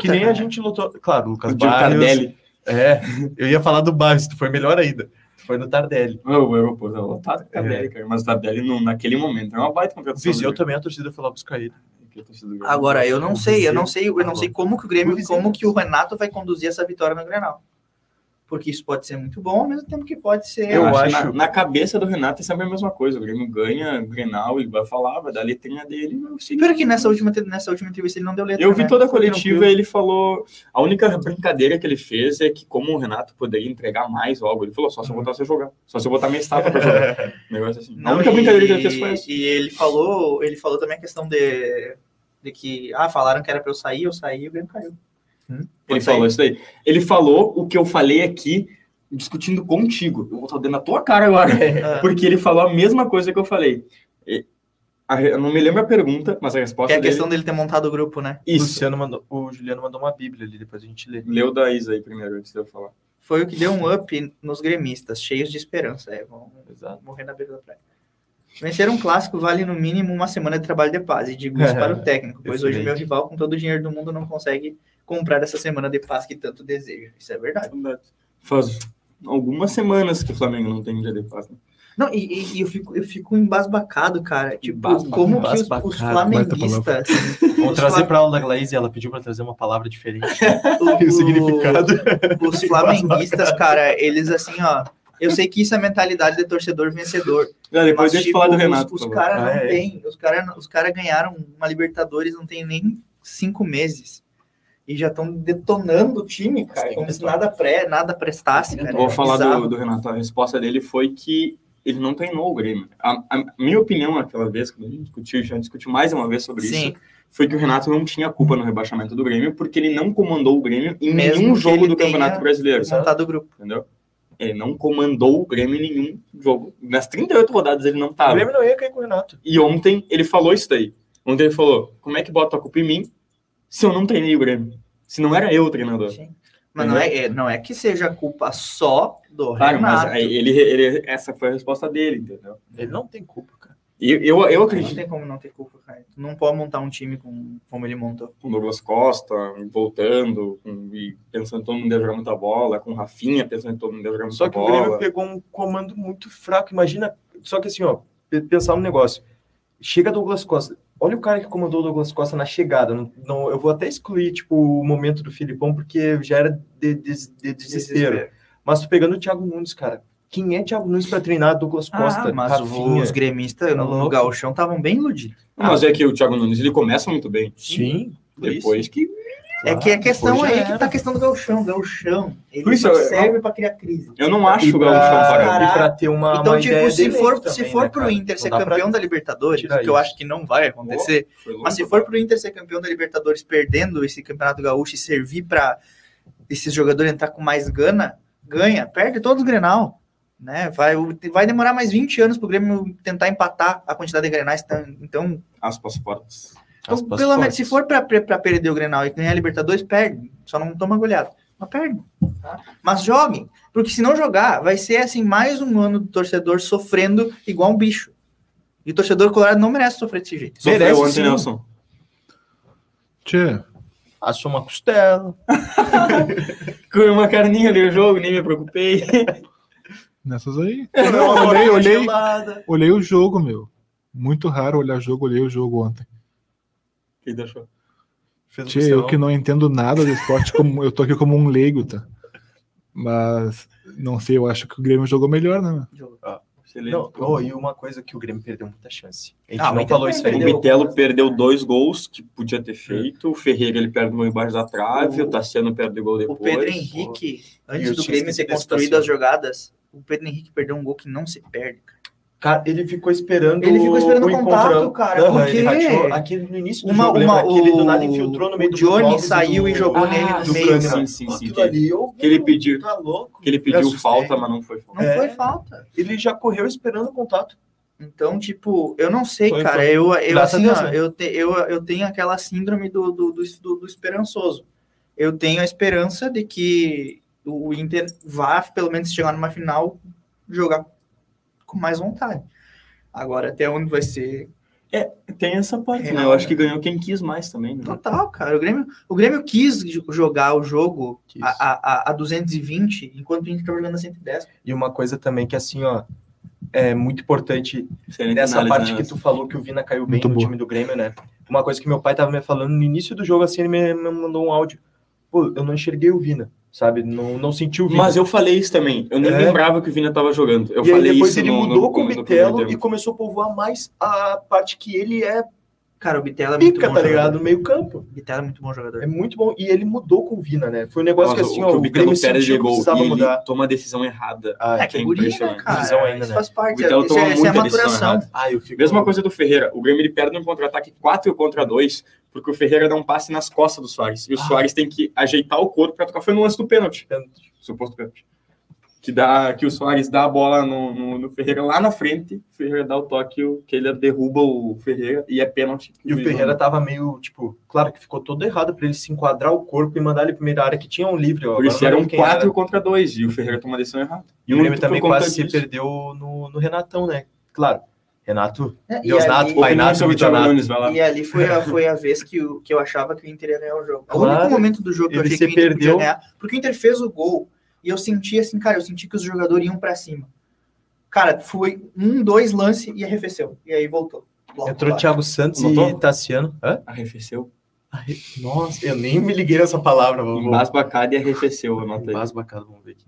Speaker 4: Que
Speaker 1: cara.
Speaker 4: nem a gente lutou. Claro, o Lucas
Speaker 2: O Diego
Speaker 4: Barros.
Speaker 2: Tardelli.
Speaker 4: É, eu ia falar do Barros, tu foi melhor ainda. Tu foi no Tardelli.
Speaker 2: Não, o aeroporto é lotado com o Tardelli, cara. Mas o Tardelli, não, naquele momento, é uma baita contratação.
Speaker 4: Viseu também, a torcida foi lá buscar ele.
Speaker 1: Agora, eu não sei, eu não sei, eu não
Speaker 4: Agora.
Speaker 1: sei como que o Grêmio,
Speaker 4: Pois é.
Speaker 1: como que o Renato vai conduzir essa vitória no Grenal. Porque isso pode ser muito bom, ao mesmo tempo que pode ser.
Speaker 4: Eu
Speaker 2: Eu acho,
Speaker 4: acho-
Speaker 2: Na, na cabeça do Renato é sempre a mesma coisa. O Grêmio ganha, Grenal, ele vai falar, vai dar a letrinha dele. Não sei.
Speaker 1: Primeiro que nessa última, nessa última entrevista ele não deu letra.
Speaker 2: Eu vi
Speaker 1: né?
Speaker 2: toda a
Speaker 1: Foi
Speaker 2: coletiva
Speaker 1: tranquilo.
Speaker 2: ele falou. A única brincadeira que ele fez é que, como o Renato poderia entregar mais ou algo, ele falou: só se eu botar você jogar. Só se eu botar minha estátua pra jogar. Um negócio assim. a
Speaker 1: Não,
Speaker 2: única
Speaker 1: e-
Speaker 2: brincadeira que ele fez foi essa.
Speaker 1: E ele falou, ele falou também a questão de, de que, ah, falaram que era pra eu sair, eu saí e o Grêmio caiu.
Speaker 2: Hum? Ele
Speaker 1: Pode sair.
Speaker 2: falou isso daí. Ele falou o que eu falei aqui, discutindo contigo. Eu vou estar dando na tua cara agora.
Speaker 1: Ah,
Speaker 2: Porque ele falou a mesma coisa que eu falei. E- a re- Eu não me lembro a pergunta, mas a
Speaker 1: que
Speaker 2: resposta
Speaker 1: é a
Speaker 2: dele-
Speaker 1: questão dele ter montado o grupo, né?
Speaker 4: Isso.
Speaker 2: Isso.
Speaker 4: Luciano mandou, o Juliano mandou uma bíblia ali, depois a gente lê.
Speaker 2: Leu da Isa aí primeiro, antes de eu falar.
Speaker 1: Foi o que deu um up nos gremistas, cheios de esperança. É, vão
Speaker 4: Exato.
Speaker 1: morrer na beira da praia. Vencer um clássico vale no mínimo uma semana de trabalho de paz, e digo isso para o técnico, pois hoje
Speaker 4: Excelente.
Speaker 1: meu rival, com todo o dinheiro do mundo, não consegue comprar essa semana de paz que tanto deseja. Isso é verdade.
Speaker 2: Faz algumas semanas que o Flamengo não tem um dia de paz. né?
Speaker 1: Não, e, e- e eu, fico, eu fico embasbacado, cara. Tipo,
Speaker 2: Embasbacado.
Speaker 1: como que os- os,
Speaker 4: Embasbacado.
Speaker 1: flamenguistas.
Speaker 4: Vamos
Speaker 1: os
Speaker 4: trazer
Speaker 1: fla-
Speaker 4: pra aula da Glaís e ela pediu pra trazer uma palavra diferente.
Speaker 1: o-
Speaker 4: o significado.
Speaker 1: Os flamenguistas, cara, eles assim, ó. Eu sei que isso é a mentalidade de torcedor vencedor.
Speaker 2: Já, depois
Speaker 1: Mas,
Speaker 2: deixa eu
Speaker 1: tipo,
Speaker 2: falar do
Speaker 1: os-
Speaker 2: Renato.
Speaker 1: Os,
Speaker 2: por favor.
Speaker 1: caras não
Speaker 4: Ah, é.
Speaker 1: têm. Os caras os cara ganharam uma Libertadores não tem nem cinco meses. E já estão detonando o time, cara.
Speaker 4: Sim,
Speaker 1: Como se
Speaker 4: detonando.
Speaker 1: nada, pré, nada prestasse, cara.
Speaker 2: Vou
Speaker 1: É
Speaker 2: falar
Speaker 1: bizarro.
Speaker 2: do, do Renato. A resposta dele foi que ele não treinou o Grêmio. A, a minha opinião, aquela vez que a gente discutiu, já discutiu mais uma vez sobre
Speaker 1: Sim.
Speaker 2: isso, foi que o Renato não tinha culpa no rebaixamento do Grêmio, porque ele não comandou o Grêmio em
Speaker 1: Mesmo
Speaker 2: nenhum
Speaker 1: que
Speaker 2: jogo
Speaker 1: ele
Speaker 2: do
Speaker 1: tenha
Speaker 2: Campeonato Brasileiro,
Speaker 1: Montado o grupo.
Speaker 2: entendeu? Ele não comandou o Grêmio em nenhum jogo. Nas 38 rodadas ele não
Speaker 4: O
Speaker 2: estava.
Speaker 4: Grêmio não ia cair com o Renato.
Speaker 2: E ontem ele falou isso daí. Ontem ele falou: como é que bota a culpa em mim se eu não treinei o Grêmio? Se não era eu o treinador.
Speaker 1: Sim. Mas não é, é- não é que seja culpa só do
Speaker 2: Claro, mas
Speaker 1: Renato.
Speaker 2: aí ele, ele- essa foi a resposta dele, entendeu?
Speaker 4: Ele não tem culpa, cara.
Speaker 2: E eu, eu
Speaker 1: Não
Speaker 2: acredito
Speaker 1: tem como não ter culpa, cara. Tu não pode montar um time com, como ele montou.
Speaker 2: com o Douglas Costa voltando, com, e pensando que todo mundo ia jogar muita bola, com o Rafinha pensando que todo mundo ia jogar muita
Speaker 4: Só que o Grêmio
Speaker 2: bola.
Speaker 4: pegou um comando muito fraco. Imagina, só que assim, ó, pe- pensar no negócio. Chega Douglas Costa. Olha o cara que comandou o Douglas Costa na chegada. Não, não- eu vou até excluir, tipo, o momento do Filipão, porque já era de, de- de desespero. Mas tu pegando o Thiago Nunes, cara. Quem é Thiago Nunes pra treinar Douglas Costa?
Speaker 1: Ah, mas
Speaker 4: Rafinha?
Speaker 1: os gremistas
Speaker 4: Tá
Speaker 1: no, no
Speaker 4: louco.
Speaker 1: Gauchão estavam bem iludidos.
Speaker 2: Não, Mas é que o Thiago Nunes ele começa muito bem.
Speaker 4: Sim. por isso.
Speaker 2: Depois que.
Speaker 1: é que a questão
Speaker 4: depois já
Speaker 1: aí que
Speaker 4: era.
Speaker 1: tá a questão do Gauchão. Gauchão, ele
Speaker 2: Por isso,
Speaker 4: é,
Speaker 1: só
Speaker 2: eu-
Speaker 1: serve pra criar crise.
Speaker 2: Eu não
Speaker 4: E
Speaker 2: acho o
Speaker 4: pra-
Speaker 2: Gauchão parado.
Speaker 1: Caralho.
Speaker 4: E pra ter é uma.
Speaker 1: Então,
Speaker 4: uma
Speaker 1: tipo,
Speaker 4: ideia
Speaker 1: se
Speaker 4: de
Speaker 1: for,
Speaker 4: elenco
Speaker 1: se
Speaker 4: também,
Speaker 1: for
Speaker 4: né,
Speaker 1: pro
Speaker 4: cara?
Speaker 1: Inter
Speaker 4: Não
Speaker 1: ser
Speaker 4: dá pra-
Speaker 1: campeão da Libertadores, o
Speaker 4: tirar
Speaker 1: que eu
Speaker 4: isso.
Speaker 1: acho que não vai acontecer,
Speaker 2: Foi louco.
Speaker 1: mas se for pro Inter ser campeão da Libertadores perdendo esse Campeonato Gaúcho e servir pra esses jogadores entrar com mais gana, ganha, perde todos os Grenal. Né? Vai, vai demorar mais 20 anos pro Grêmio tentar empatar a quantidade de Grenais. Então, então
Speaker 2: Aspas fortes.
Speaker 1: então,
Speaker 4: Aspas
Speaker 1: pelo menos, se
Speaker 4: fortes.
Speaker 1: for pra, pra pra perder o Grenal e ganhar a Libertadores, perde. Só não toma goleada. Mas perde. tá? Mas joguem. Porque se não jogar, vai ser assim mais um ano do torcedor sofrendo igual um bicho. E o torcedor colorado não merece sofrer desse jeito.
Speaker 4: Merece,
Speaker 2: Sofreu ontem,
Speaker 4: sim.
Speaker 2: Nelson.
Speaker 3: Tchê,
Speaker 4: Assou uma costela.
Speaker 2: Comi uma carninha ali o jogo, nem me preocupei.
Speaker 3: nessas aí.
Speaker 4: Comeu uma
Speaker 3: olhei,
Speaker 4: costelinha
Speaker 3: olhei.
Speaker 4: gelada.
Speaker 3: Olhei o jogo, meu. Muito raro olhar jogo, olhei o jogo ontem.
Speaker 2: Quem deixou?
Speaker 4: Fez um
Speaker 3: Tchê, eu
Speaker 4: costelão.
Speaker 3: que não entendo nada do esporte, como, eu tô aqui como um leigo, tá? Mas Não sei, eu acho que o Grêmio jogou melhor, né?
Speaker 1: Jogou.
Speaker 2: Excelente.
Speaker 4: Não, oh, e uma coisa que o Grêmio perdeu muita chance. A gente
Speaker 1: Ah, o
Speaker 4: não
Speaker 1: Inter
Speaker 4: falou
Speaker 1: também
Speaker 4: isso aí.
Speaker 2: O
Speaker 1: perdeu.
Speaker 2: Bitelo perdeu dois gols que podia ter feito. O Ferreira ele perde um embaixo da trave.
Speaker 1: O-
Speaker 2: É. O Tassiano perde o gol
Speaker 1: O
Speaker 2: depois.
Speaker 1: Pedro Henrique, antes
Speaker 4: eu
Speaker 1: do
Speaker 4: tinha
Speaker 1: Grêmio ter
Speaker 4: esquecido desse
Speaker 1: construído
Speaker 4: Tassiano.
Speaker 1: as jogadas, o Pedro Henrique perdeu um gol que não se perde, cara.
Speaker 4: Cara, ele ficou esperando
Speaker 1: Ele ficou esperando
Speaker 4: o
Speaker 1: o
Speaker 4: encontrar-
Speaker 1: contato, cara,
Speaker 4: Aham,
Speaker 1: porque-
Speaker 4: ele rateou. aqui no início do
Speaker 1: Uma-
Speaker 4: jogo,
Speaker 1: uma-
Speaker 4: lembra? Que ele do nada
Speaker 1: o-
Speaker 4: infiltrou no meio
Speaker 1: o
Speaker 4: do
Speaker 1: Johnny
Speaker 4: Clóvis e do-
Speaker 1: saiu e jogou
Speaker 2: Ah,
Speaker 1: nele no
Speaker 2: do
Speaker 1: meio,
Speaker 2: Kahneman,
Speaker 1: cara.
Speaker 2: sim,
Speaker 4: Aquilo
Speaker 2: sim, sim.
Speaker 4: ali, ô,
Speaker 2: Que ele
Speaker 4: meu,
Speaker 2: pediu-
Speaker 4: Tá louco.
Speaker 2: Que ele
Speaker 4: Me
Speaker 2: pediu
Speaker 4: assustei.
Speaker 2: falta, mas não foi falta.
Speaker 1: Não
Speaker 4: É.
Speaker 1: foi falta.
Speaker 4: Ele já correu esperando o contato.
Speaker 1: Então, tipo, eu não sei,
Speaker 4: Foi,
Speaker 1: cara.
Speaker 4: foi.
Speaker 1: Eu, eu,
Speaker 4: Graças
Speaker 1: assim,
Speaker 4: a Deus,
Speaker 1: ó,
Speaker 4: né?
Speaker 1: eu, te- eu, eu tenho aquela síndrome do, do, do, do- do esperançoso. Eu tenho a esperança de que o Inter vá, pelo menos, chegar numa final, jogar com mais vontade. Agora, até onde vai ser
Speaker 2: Tem essa parte,
Speaker 1: É,
Speaker 2: né?
Speaker 1: não,
Speaker 2: Eu acho
Speaker 1: né?
Speaker 2: que ganhou quem quis mais também. Né?
Speaker 1: Total, cara. O Grêmio, o Grêmio quis jo- jogar o jogo
Speaker 4: Quis.
Speaker 1: a, a, a- a 220, enquanto o Inter estava jogando a 110.
Speaker 4: E uma coisa também que, assim, ó, é muito importante
Speaker 2: Excelente
Speaker 4: nessa
Speaker 2: análise,
Speaker 4: parte
Speaker 2: né?
Speaker 4: que tu falou que o Vina caiu bem
Speaker 3: Muito
Speaker 4: no
Speaker 3: boa.
Speaker 4: time do Grêmio, né? Uma coisa que meu pai tava me falando no início do jogo, assim, ele me, me mandou um áudio. Pô, eu não enxerguei o Vina, sabe? Não, não senti o Vina.
Speaker 2: Mas eu falei isso também. Eu nem
Speaker 4: É.
Speaker 2: lembrava que o Vina tava jogando. Eu
Speaker 4: e aí
Speaker 2: falei
Speaker 4: depois
Speaker 2: isso
Speaker 4: ele
Speaker 2: no- no-
Speaker 4: mudou com o
Speaker 2: no primeiro
Speaker 4: Bitelo
Speaker 2: tempo.
Speaker 4: e começou a povoar mais a parte que ele é
Speaker 1: Cara, o Bitela é muito
Speaker 4: pica,
Speaker 1: bom
Speaker 4: tá
Speaker 1: jogador.
Speaker 4: ligado? No meio campo.
Speaker 1: O Bitela é muito bom jogador.
Speaker 4: É muito bom. E ele mudou com o Vina, né? Foi um negócio
Speaker 2: Nossa,
Speaker 4: que assim,
Speaker 2: o,
Speaker 4: ó,
Speaker 2: que
Speaker 4: o,
Speaker 2: o Bitelo
Speaker 4: Grêmio
Speaker 2: perde
Speaker 4: sentiu
Speaker 2: de
Speaker 4: que
Speaker 2: gol
Speaker 4: precisava
Speaker 2: e ele
Speaker 4: mudar.
Speaker 2: toma a decisão errada.
Speaker 4: Ah,
Speaker 1: É, que é guri, né,
Speaker 2: impressionante.
Speaker 1: cara?
Speaker 4: Visão ainda,
Speaker 1: Isso
Speaker 4: né?
Speaker 1: faz
Speaker 2: O
Speaker 1: parte.
Speaker 2: Bitelo
Speaker 1: Isso
Speaker 2: tomou
Speaker 1: é, isso é
Speaker 2: muita decisão
Speaker 1: maturação.
Speaker 2: errada.
Speaker 4: ah, eu fico...
Speaker 2: Mesma coisa do Ferreira. O Grêmio ele perde um contra-ataque 4 contra 2, porque o Ferreira dá um passe nas costas do Soares. E o
Speaker 4: Ah.
Speaker 2: Soares tem que ajeitar o corpo para tocar. Foi no lance do pênalti. Suposto pênalti. Que, dá, que o Soares dá a bola no, no, no Ferreira lá na frente. O Ferreira dá o toque, o- que ele derruba o Ferreira e é pênalti.
Speaker 4: E o Ferreira tava meio, tipo, claro que ficou todo errado pra ele se enquadrar o corpo e mandar ele pra primeira área que tinha um livre. ó.
Speaker 2: Por isso
Speaker 4: Agora
Speaker 2: eram
Speaker 4: não lembro quem era.
Speaker 2: 4 contra 2 e o Ferreira toma a decisão errada.
Speaker 4: E o
Speaker 2: um Muito
Speaker 4: Grêmio também
Speaker 2: por conta
Speaker 4: quase se
Speaker 2: disso.
Speaker 4: perdeu no, no Renatão, né? Claro. Renato,
Speaker 1: É, e
Speaker 4: Deusnato,
Speaker 1: ali-
Speaker 4: Pai
Speaker 2: Opinião
Speaker 4: Nato,
Speaker 2: sobre o Thiago
Speaker 4: Vitor Nato.
Speaker 2: Nunes, vai lá.
Speaker 1: E ali foi a, foi a vez que, o, que eu achava que o Inter ia ganhar o jogo. o
Speaker 4: Claro,
Speaker 1: único momento do jogo que eu
Speaker 4: ele
Speaker 1: achei
Speaker 4: se
Speaker 1: que o Inter
Speaker 4: perdeu.
Speaker 1: podia ganhar. Porque o Inter fez o gol e eu senti assim, cara, eu senti que os jogadores iam pra cima. Cara, foi um, dois lances e arrefeceu. E aí voltou. Logo
Speaker 4: Entrou
Speaker 1: lá.
Speaker 4: Thiago Santos e
Speaker 2: Notou?
Speaker 4: Tassiano. Hã?
Speaker 2: Arrefeceu.
Speaker 4: Nossa, eu nem me liguei nessa palavra. Vamos
Speaker 2: Embasbacado e arrefeceu, anota aí.
Speaker 4: Embas bacana, vamos ver aqui.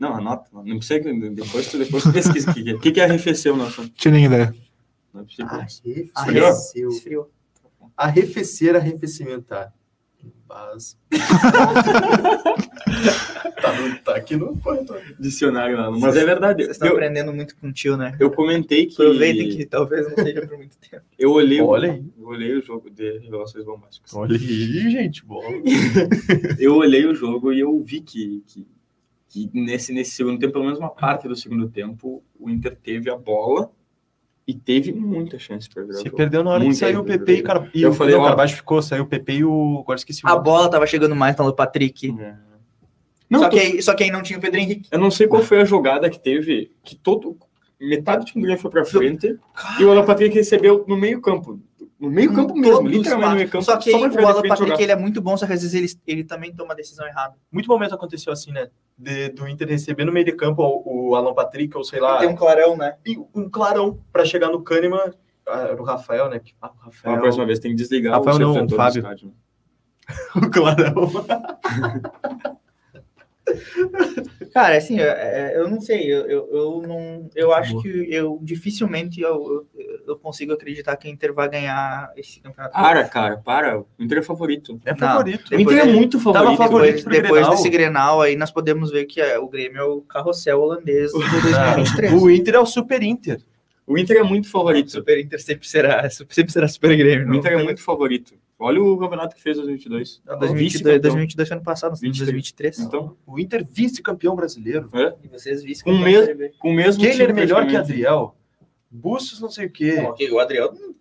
Speaker 2: Não, anota. Não precisa que depois tu, depois tu pesquisa o que, que é. O que, que é arrefeceu, Nelson?
Speaker 3: Tinha nem ideia.
Speaker 2: Não é possível.
Speaker 4: Ah. Arrefeceu.
Speaker 1: Esfriou.
Speaker 4: Arrefecer, arrefecimentar. Embas. tá, no- tá aqui no corretor.
Speaker 2: dicionário lá. Mas é verdade.
Speaker 4: tá
Speaker 1: Vocês estão
Speaker 2: Eu,
Speaker 1: aprendendo muito com o tio, né?
Speaker 2: eu comentei que,
Speaker 1: Aproveitem que talvez não seja por muito tempo.
Speaker 2: eu olhei, o-
Speaker 4: Olha aí.
Speaker 2: eu olhei o jogo de Relações Bombásticas.
Speaker 4: Olha aí, gente, bola.
Speaker 2: Eu olhei o jogo e eu vi que, que, que nesse, nesse segundo tempo, pelo menos uma parte do segundo tempo, o Inter teve a bola e teve muita chance para virar o
Speaker 4: Se
Speaker 2: jogo.
Speaker 4: perdeu na hora que
Speaker 2: Muito
Speaker 4: saiu o
Speaker 2: bem,
Speaker 4: PP e cara. E
Speaker 2: Eu
Speaker 4: o
Speaker 2: falei,
Speaker 4: não,
Speaker 2: ó.
Speaker 4: Carbaixo ficou, saiu o PP e o. Agora esqueci o.
Speaker 1: A bola tava chegando mais na do Patrick.
Speaker 2: É. Não,
Speaker 1: só,
Speaker 2: tô-
Speaker 1: que aí, só que aí não tinha o Pedro Henrique.
Speaker 2: eu não sei qual foi a jogada que teve, que todo metade do time do Grêmio foi para frente e o Alan Patrick recebeu no meio campo. No meio campo
Speaker 1: Em
Speaker 2: mesmo,
Speaker 1: todo
Speaker 2: literalmente
Speaker 1: espaço.
Speaker 2: no meio campo.
Speaker 1: Então, Só que
Speaker 2: pra
Speaker 1: aí,
Speaker 2: virar
Speaker 1: o
Speaker 2: de
Speaker 1: Alan
Speaker 2: frente
Speaker 1: Patrick,
Speaker 2: jogar.
Speaker 1: ele é muito bom, só que às vezes ele, ele também toma a decisão errada.
Speaker 4: Muito momento aconteceu assim, né? De- do Inter receber no meio de campo o, o Alan Patrick, ou sei lá,
Speaker 1: Tem um clarão, né?
Speaker 4: e um clarão pra chegar no Kahneman. Ah, era o Rafael, né? Que- Ah, o
Speaker 2: Ah, A
Speaker 4: Rafael.
Speaker 2: próxima vez tem que desligar
Speaker 4: Rafael
Speaker 2: o
Speaker 4: não,
Speaker 2: refletor do
Speaker 4: Fábio.
Speaker 2: estádio.
Speaker 4: o clarão.
Speaker 1: Cara, assim, é- é- eu não sei, eu, eu, eu não. Eu acho
Speaker 4: Boa.
Speaker 1: que eu dificilmente eu, eu, eu consigo acreditar que o Inter vai ganhar esse campeonato.
Speaker 2: Para, cara, para. O Inter é favorito.
Speaker 4: É
Speaker 1: Não.
Speaker 4: favorito.
Speaker 2: o Inter é
Speaker 1: ele-
Speaker 2: muito favorito.
Speaker 4: tava favorito.
Speaker 1: Depois,
Speaker 4: pro
Speaker 1: depois
Speaker 4: Grenal.
Speaker 1: desse Grenal aí, nós podemos ver que é, o Grêmio é o carrossel holandês do 2023.
Speaker 4: o Inter é o Super Inter.
Speaker 2: O Inter é muito favorito.
Speaker 1: Super Inter sempre será, sempre será Super Grêmio.
Speaker 2: O
Speaker 1: não
Speaker 2: Inter é
Speaker 1: tem-
Speaker 2: muito favorito. Olha o campeonato que fez em 2022.
Speaker 1: não,
Speaker 2: Vice-campeão.
Speaker 1: 2022, 2022 foi ano passado, nós estamos em 2023.
Speaker 2: Então,
Speaker 4: O Inter é vice-campeão brasileiro.
Speaker 1: E vocês vice
Speaker 2: Um mês- com o mesmo
Speaker 4: Que ele era
Speaker 2: time,
Speaker 4: melhor que
Speaker 2: praticamente.
Speaker 4: Adriel. Bustos, não sei o quê.
Speaker 1: O Adriel hum,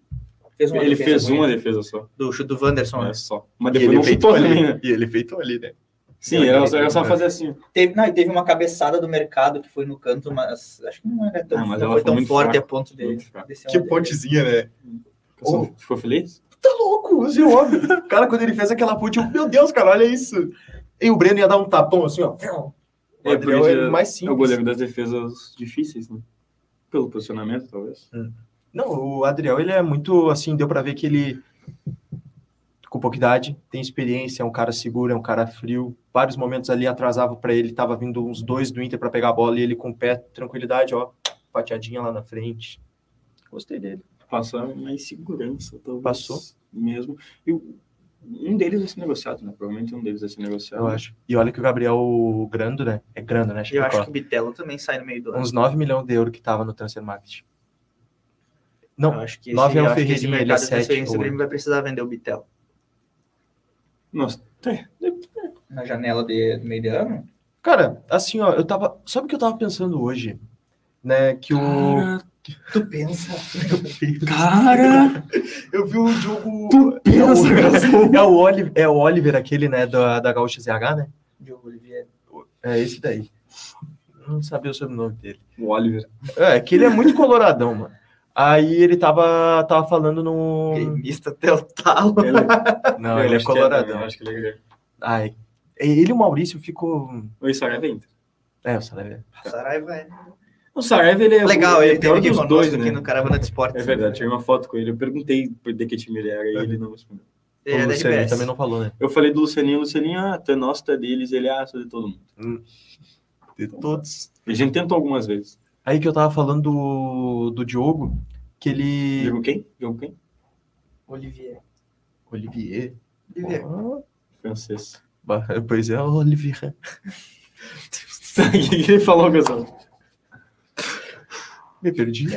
Speaker 1: fez uma
Speaker 2: Ele
Speaker 1: defesa
Speaker 2: fez uma
Speaker 1: bonita.
Speaker 2: defesa só.
Speaker 1: do chute do Wanderson, né?
Speaker 2: É só. Mas
Speaker 4: E
Speaker 2: depois
Speaker 4: ele
Speaker 2: não
Speaker 4: feitou
Speaker 2: chutou
Speaker 4: ali.
Speaker 2: também, né?
Speaker 4: E ele feitou ali, né?
Speaker 2: Sim, era, só- era só fazer assim.
Speaker 1: Teve, não, e teve uma cabeçada do mercado que foi no canto, mas acho que não era tão,
Speaker 2: Ah, mas
Speaker 1: não
Speaker 2: ela
Speaker 1: foi
Speaker 2: foi
Speaker 1: tão
Speaker 2: muito
Speaker 1: forte
Speaker 2: fraca,
Speaker 1: a ponto de
Speaker 2: muito fraca.
Speaker 1: descer
Speaker 4: Que
Speaker 1: uma dele.
Speaker 4: pontezinha, né?
Speaker 2: Você assim. Ficou feliz?
Speaker 4: tá louco, assim, óbvio. Cara, quando ele fez aquela ponte, eu, meu Deus, cara, olha isso. E o Breno ia dar um tapão assim, ó. O
Speaker 2: É,
Speaker 4: Adriel
Speaker 2: porque
Speaker 4: é mais
Speaker 2: É o
Speaker 4: simples.
Speaker 2: goleiro das defesas difíceis, né? Pelo posicionamento, talvez.
Speaker 4: Não, o Adriel, ele é muito, assim, deu pra ver que ele com pouca idade, tem experiência, é um cara seguro, é um cara frio. Vários momentos ali atrasava para ele, tava vindo uns dois do Inter para pegar a bola e ele com o pé, tranquilidade, ó, pateadinha lá na frente. Gostei dele.
Speaker 2: Passar mais segurança, talvez.
Speaker 4: Passou.
Speaker 2: Mesmo. E o- um deles vai ser negociado, né? Provavelmente um deles vai ser negociado.
Speaker 4: Eu acho. E olha que o Gabriel Grando, né? É Grando,
Speaker 1: Eu
Speaker 4: né?
Speaker 1: acho
Speaker 4: Chapecó.
Speaker 1: que o Bitelo também sai no meio do ano.
Speaker 4: Uns 9 milhões de euros que tava no transfer market. Não,
Speaker 1: Eu acho que
Speaker 4: nove é um
Speaker 1: eu acho que
Speaker 4: Ferreirinha, ele é
Speaker 1: mercado de
Speaker 4: sete
Speaker 1: transferência,
Speaker 4: ou
Speaker 1: o Grêmio vai precisar vender o Bitelo.
Speaker 2: Nossa, tem.
Speaker 1: Na janela de meio de ano?
Speaker 4: Cara, assim, ó, eu tava. Sabe o que eu tava pensando hoje? Né? Que o.
Speaker 1: Tu pensa.
Speaker 2: Cara!
Speaker 4: Eu vi o jogo.
Speaker 2: Tu
Speaker 4: É o,
Speaker 2: pensa, Gasol.
Speaker 4: é o Oliver, é o Oliver aquele, né? Da, da Gaúcha ZH, né?
Speaker 1: Diogo Oliveira.
Speaker 4: É esse daí. Não sabia o sobrenome dele.
Speaker 2: O Oliver.
Speaker 4: É, que ele é muito coloradão, mano. Aí ele tava, tava falando no.
Speaker 1: é Gremista até o talo.
Speaker 2: Ele,
Speaker 4: Não, ele é
Speaker 2: Eu
Speaker 4: coloradão.
Speaker 2: acho que ele é grego.
Speaker 4: Ai, ele e o Maurício ficou.
Speaker 2: O Saraiva é Inter.
Speaker 4: É, o Saraiva.
Speaker 1: Saraiva é
Speaker 2: O Saraiva, ele é
Speaker 1: legal,
Speaker 2: o,
Speaker 1: ele
Speaker 2: é
Speaker 4: um
Speaker 1: teve
Speaker 2: pior
Speaker 1: aqui
Speaker 2: dos
Speaker 1: conosco
Speaker 2: dois,
Speaker 1: aqui
Speaker 2: né?
Speaker 1: no Caravana de Esportes.
Speaker 2: É verdade, tirei uma foto com ele. Eu perguntei por de que time ele era e ele não respondeu.
Speaker 1: É,
Speaker 4: o
Speaker 1: da
Speaker 4: Luciano
Speaker 1: RBS.
Speaker 4: também não falou, né?
Speaker 2: Eu falei do Lucianinho, Lucianinho, ah, tu é nosso, tu é deles, ele, ah, sou de todo mundo.
Speaker 4: De todos.
Speaker 2: A gente tentou algumas vezes.
Speaker 4: Aí que eu tava falando do, do Diogo, que ele.
Speaker 2: Jogo quem? Jogo quem?
Speaker 1: Olivier.
Speaker 4: Olivier.
Speaker 1: Olivier.
Speaker 4: Ó,
Speaker 2: Francês.
Speaker 4: bah, Pois é,
Speaker 2: O
Speaker 4: Olivier.
Speaker 2: que ele falou, Gasol?
Speaker 4: Me perdi.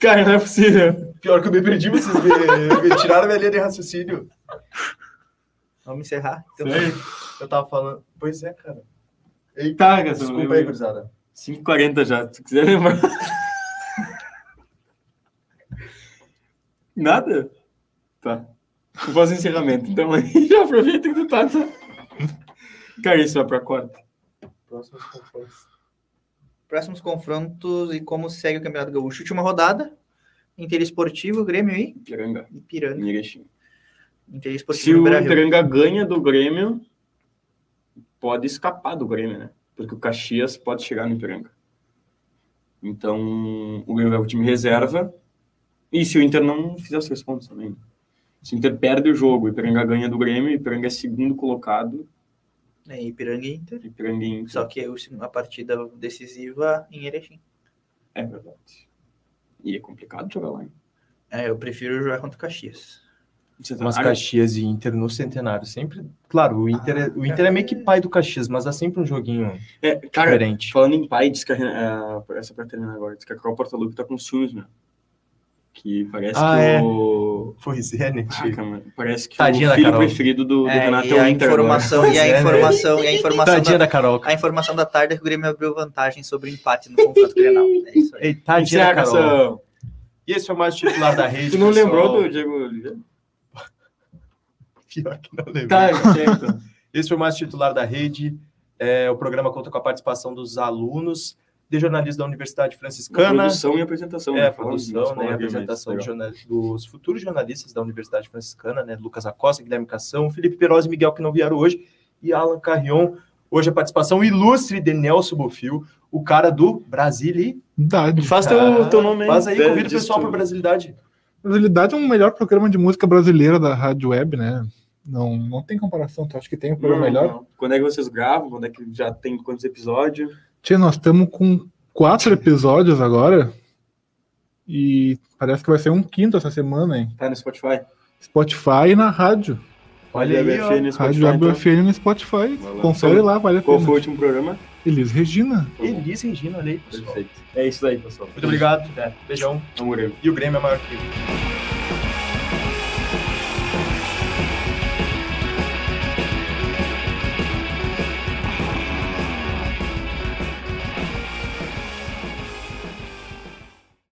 Speaker 2: Cara, não é possível.
Speaker 4: Pior que eu me perdi, vocês me, me tiraram minha linha de raciocínio.
Speaker 1: Vamos encerrar? Então,
Speaker 4: Eu tava falando. Pois é, cara.
Speaker 2: Eita, tá, Gasol.
Speaker 4: Desculpa aí, gurizada.
Speaker 2: 5h40 já, se tu quiser lembrar. Nada? Tá. Eu faço encerramento, então aí já aproveita que tu tá. tá. Cara, isso vai pra quarta.
Speaker 4: Próximos confrontos.
Speaker 1: próximos confrontos e como segue o Campeonato Gaúcho. Última rodada. Interesportivo, Grêmio e
Speaker 2: Piranga.
Speaker 1: Ipiranga.
Speaker 2: Mirexim. Se
Speaker 1: Interesportivo
Speaker 2: o
Speaker 1: Brasil.
Speaker 2: Ipiranga ganha do Grêmio, pode escapar do Grêmio, né? Porque o Caxias pode chegar no Ipiranga. Então, o Grêmio é o time reserva. E se o Inter não fizer os três pontos também. né? Se o Inter perde o jogo, o Ipiranga ganha do Grêmio, o Ipiranga é segundo colocado,
Speaker 1: É, Ipiranga e Inter.
Speaker 2: o Ipiranga é Inter.
Speaker 1: Só que o- a partida decisiva em Erechim.
Speaker 2: É verdade. E é complicado jogar lá, hein?
Speaker 1: É, eu prefiro jogar contra o Caxias.
Speaker 2: Você tá
Speaker 4: Mas
Speaker 2: na área?
Speaker 4: Caxias e Inter no centenário. Sempre. Claro, o Inter, é, o Inter é meio que pai do Caxias, mas dá sempre um joguinho
Speaker 2: É, cara,
Speaker 4: diferente.
Speaker 2: Falando em pai, diz que a, Ren- é, essa pra terminar agora, diz que a Carol Portalupe tá com ciúmes, né? Que parece
Speaker 4: Ah,
Speaker 2: que
Speaker 4: é.
Speaker 2: o.
Speaker 4: Pois é, né,
Speaker 2: Caraca, mano, parece que
Speaker 4: Tadinha
Speaker 2: o
Speaker 4: da
Speaker 2: filho
Speaker 4: Carol.
Speaker 2: preferido do, do
Speaker 1: É,
Speaker 2: Renato
Speaker 1: e
Speaker 2: é o
Speaker 1: a
Speaker 2: Inter agora.
Speaker 1: informação, e
Speaker 4: Pois é,
Speaker 1: a
Speaker 4: né?
Speaker 1: informação, e a informação,
Speaker 4: Tadinha
Speaker 1: da,
Speaker 4: da Carol.
Speaker 1: a informação da tarde é que o Grêmio abriu vantagem sobre o empate no confronto Grenal. É isso aí.
Speaker 4: Ei, tadinha da
Speaker 2: Encerra
Speaker 4: Carol.
Speaker 2: essa-
Speaker 4: E esse foi mais o titular da rede.
Speaker 2: Tu não
Speaker 4: pessoal.
Speaker 2: lembrou do Diego Oliveira?
Speaker 4: Pior que não lembrou.
Speaker 2: Tá, certo.
Speaker 4: Esse foi mais o titular da rede. É, o programa conta com a participação dos alunos de jornalismo da Universidade Franciscana.
Speaker 2: Produção e apresentação.
Speaker 4: É, a
Speaker 2: Falando disso,
Speaker 4: produção, né?
Speaker 2: falando
Speaker 4: A
Speaker 2: aqui, mas
Speaker 4: apresentação de
Speaker 2: legal.
Speaker 4: jornal- dos futuros jornalistas da Universidade Franciscana, né? Lucas Acosta, Guilherme Cação, Felipe Peroz e Miguel, que não vieram hoje, e Alan Carrion. Hoje a participação ilustre de Nelson Bofil, o cara do Brasile.
Speaker 3: Verdade.
Speaker 2: Faz teu, teu nome aí.
Speaker 4: Faz aí,
Speaker 2: É,
Speaker 4: convida o
Speaker 2: diz
Speaker 4: pessoal
Speaker 2: tu.
Speaker 4: para Brasilidade.
Speaker 3: Brasilidade é o melhor programa de música brasileira da Rádio Web, né? Não, não tem comparação, tu acha que tem um
Speaker 2: Não,
Speaker 3: programa melhor?
Speaker 2: não. Quando é que vocês gravam? Quando é que já tem quantos episódios?
Speaker 3: Tia, nós estamos com quatro episódios agora. E parece que vai ser um quinto essa semana, hein?
Speaker 2: Tá no Spotify?
Speaker 3: Spotify e na rádio.
Speaker 4: Olha aí, ó.
Speaker 2: WFN no Spotify,
Speaker 3: Rádio Web
Speaker 2: então.
Speaker 3: UFN no Spotify.
Speaker 2: Vai lá.
Speaker 3: Confere lá, vale a
Speaker 2: Qual foi o
Speaker 3: pena.
Speaker 2: último programa?
Speaker 3: Elis Regina.
Speaker 4: Elis Regina, olha aí, pessoal.
Speaker 2: Perfeito. É isso aí, pessoal.
Speaker 4: Muito obrigado. Beijão.
Speaker 2: Amorei.
Speaker 4: E o Grêmio é maior que eu.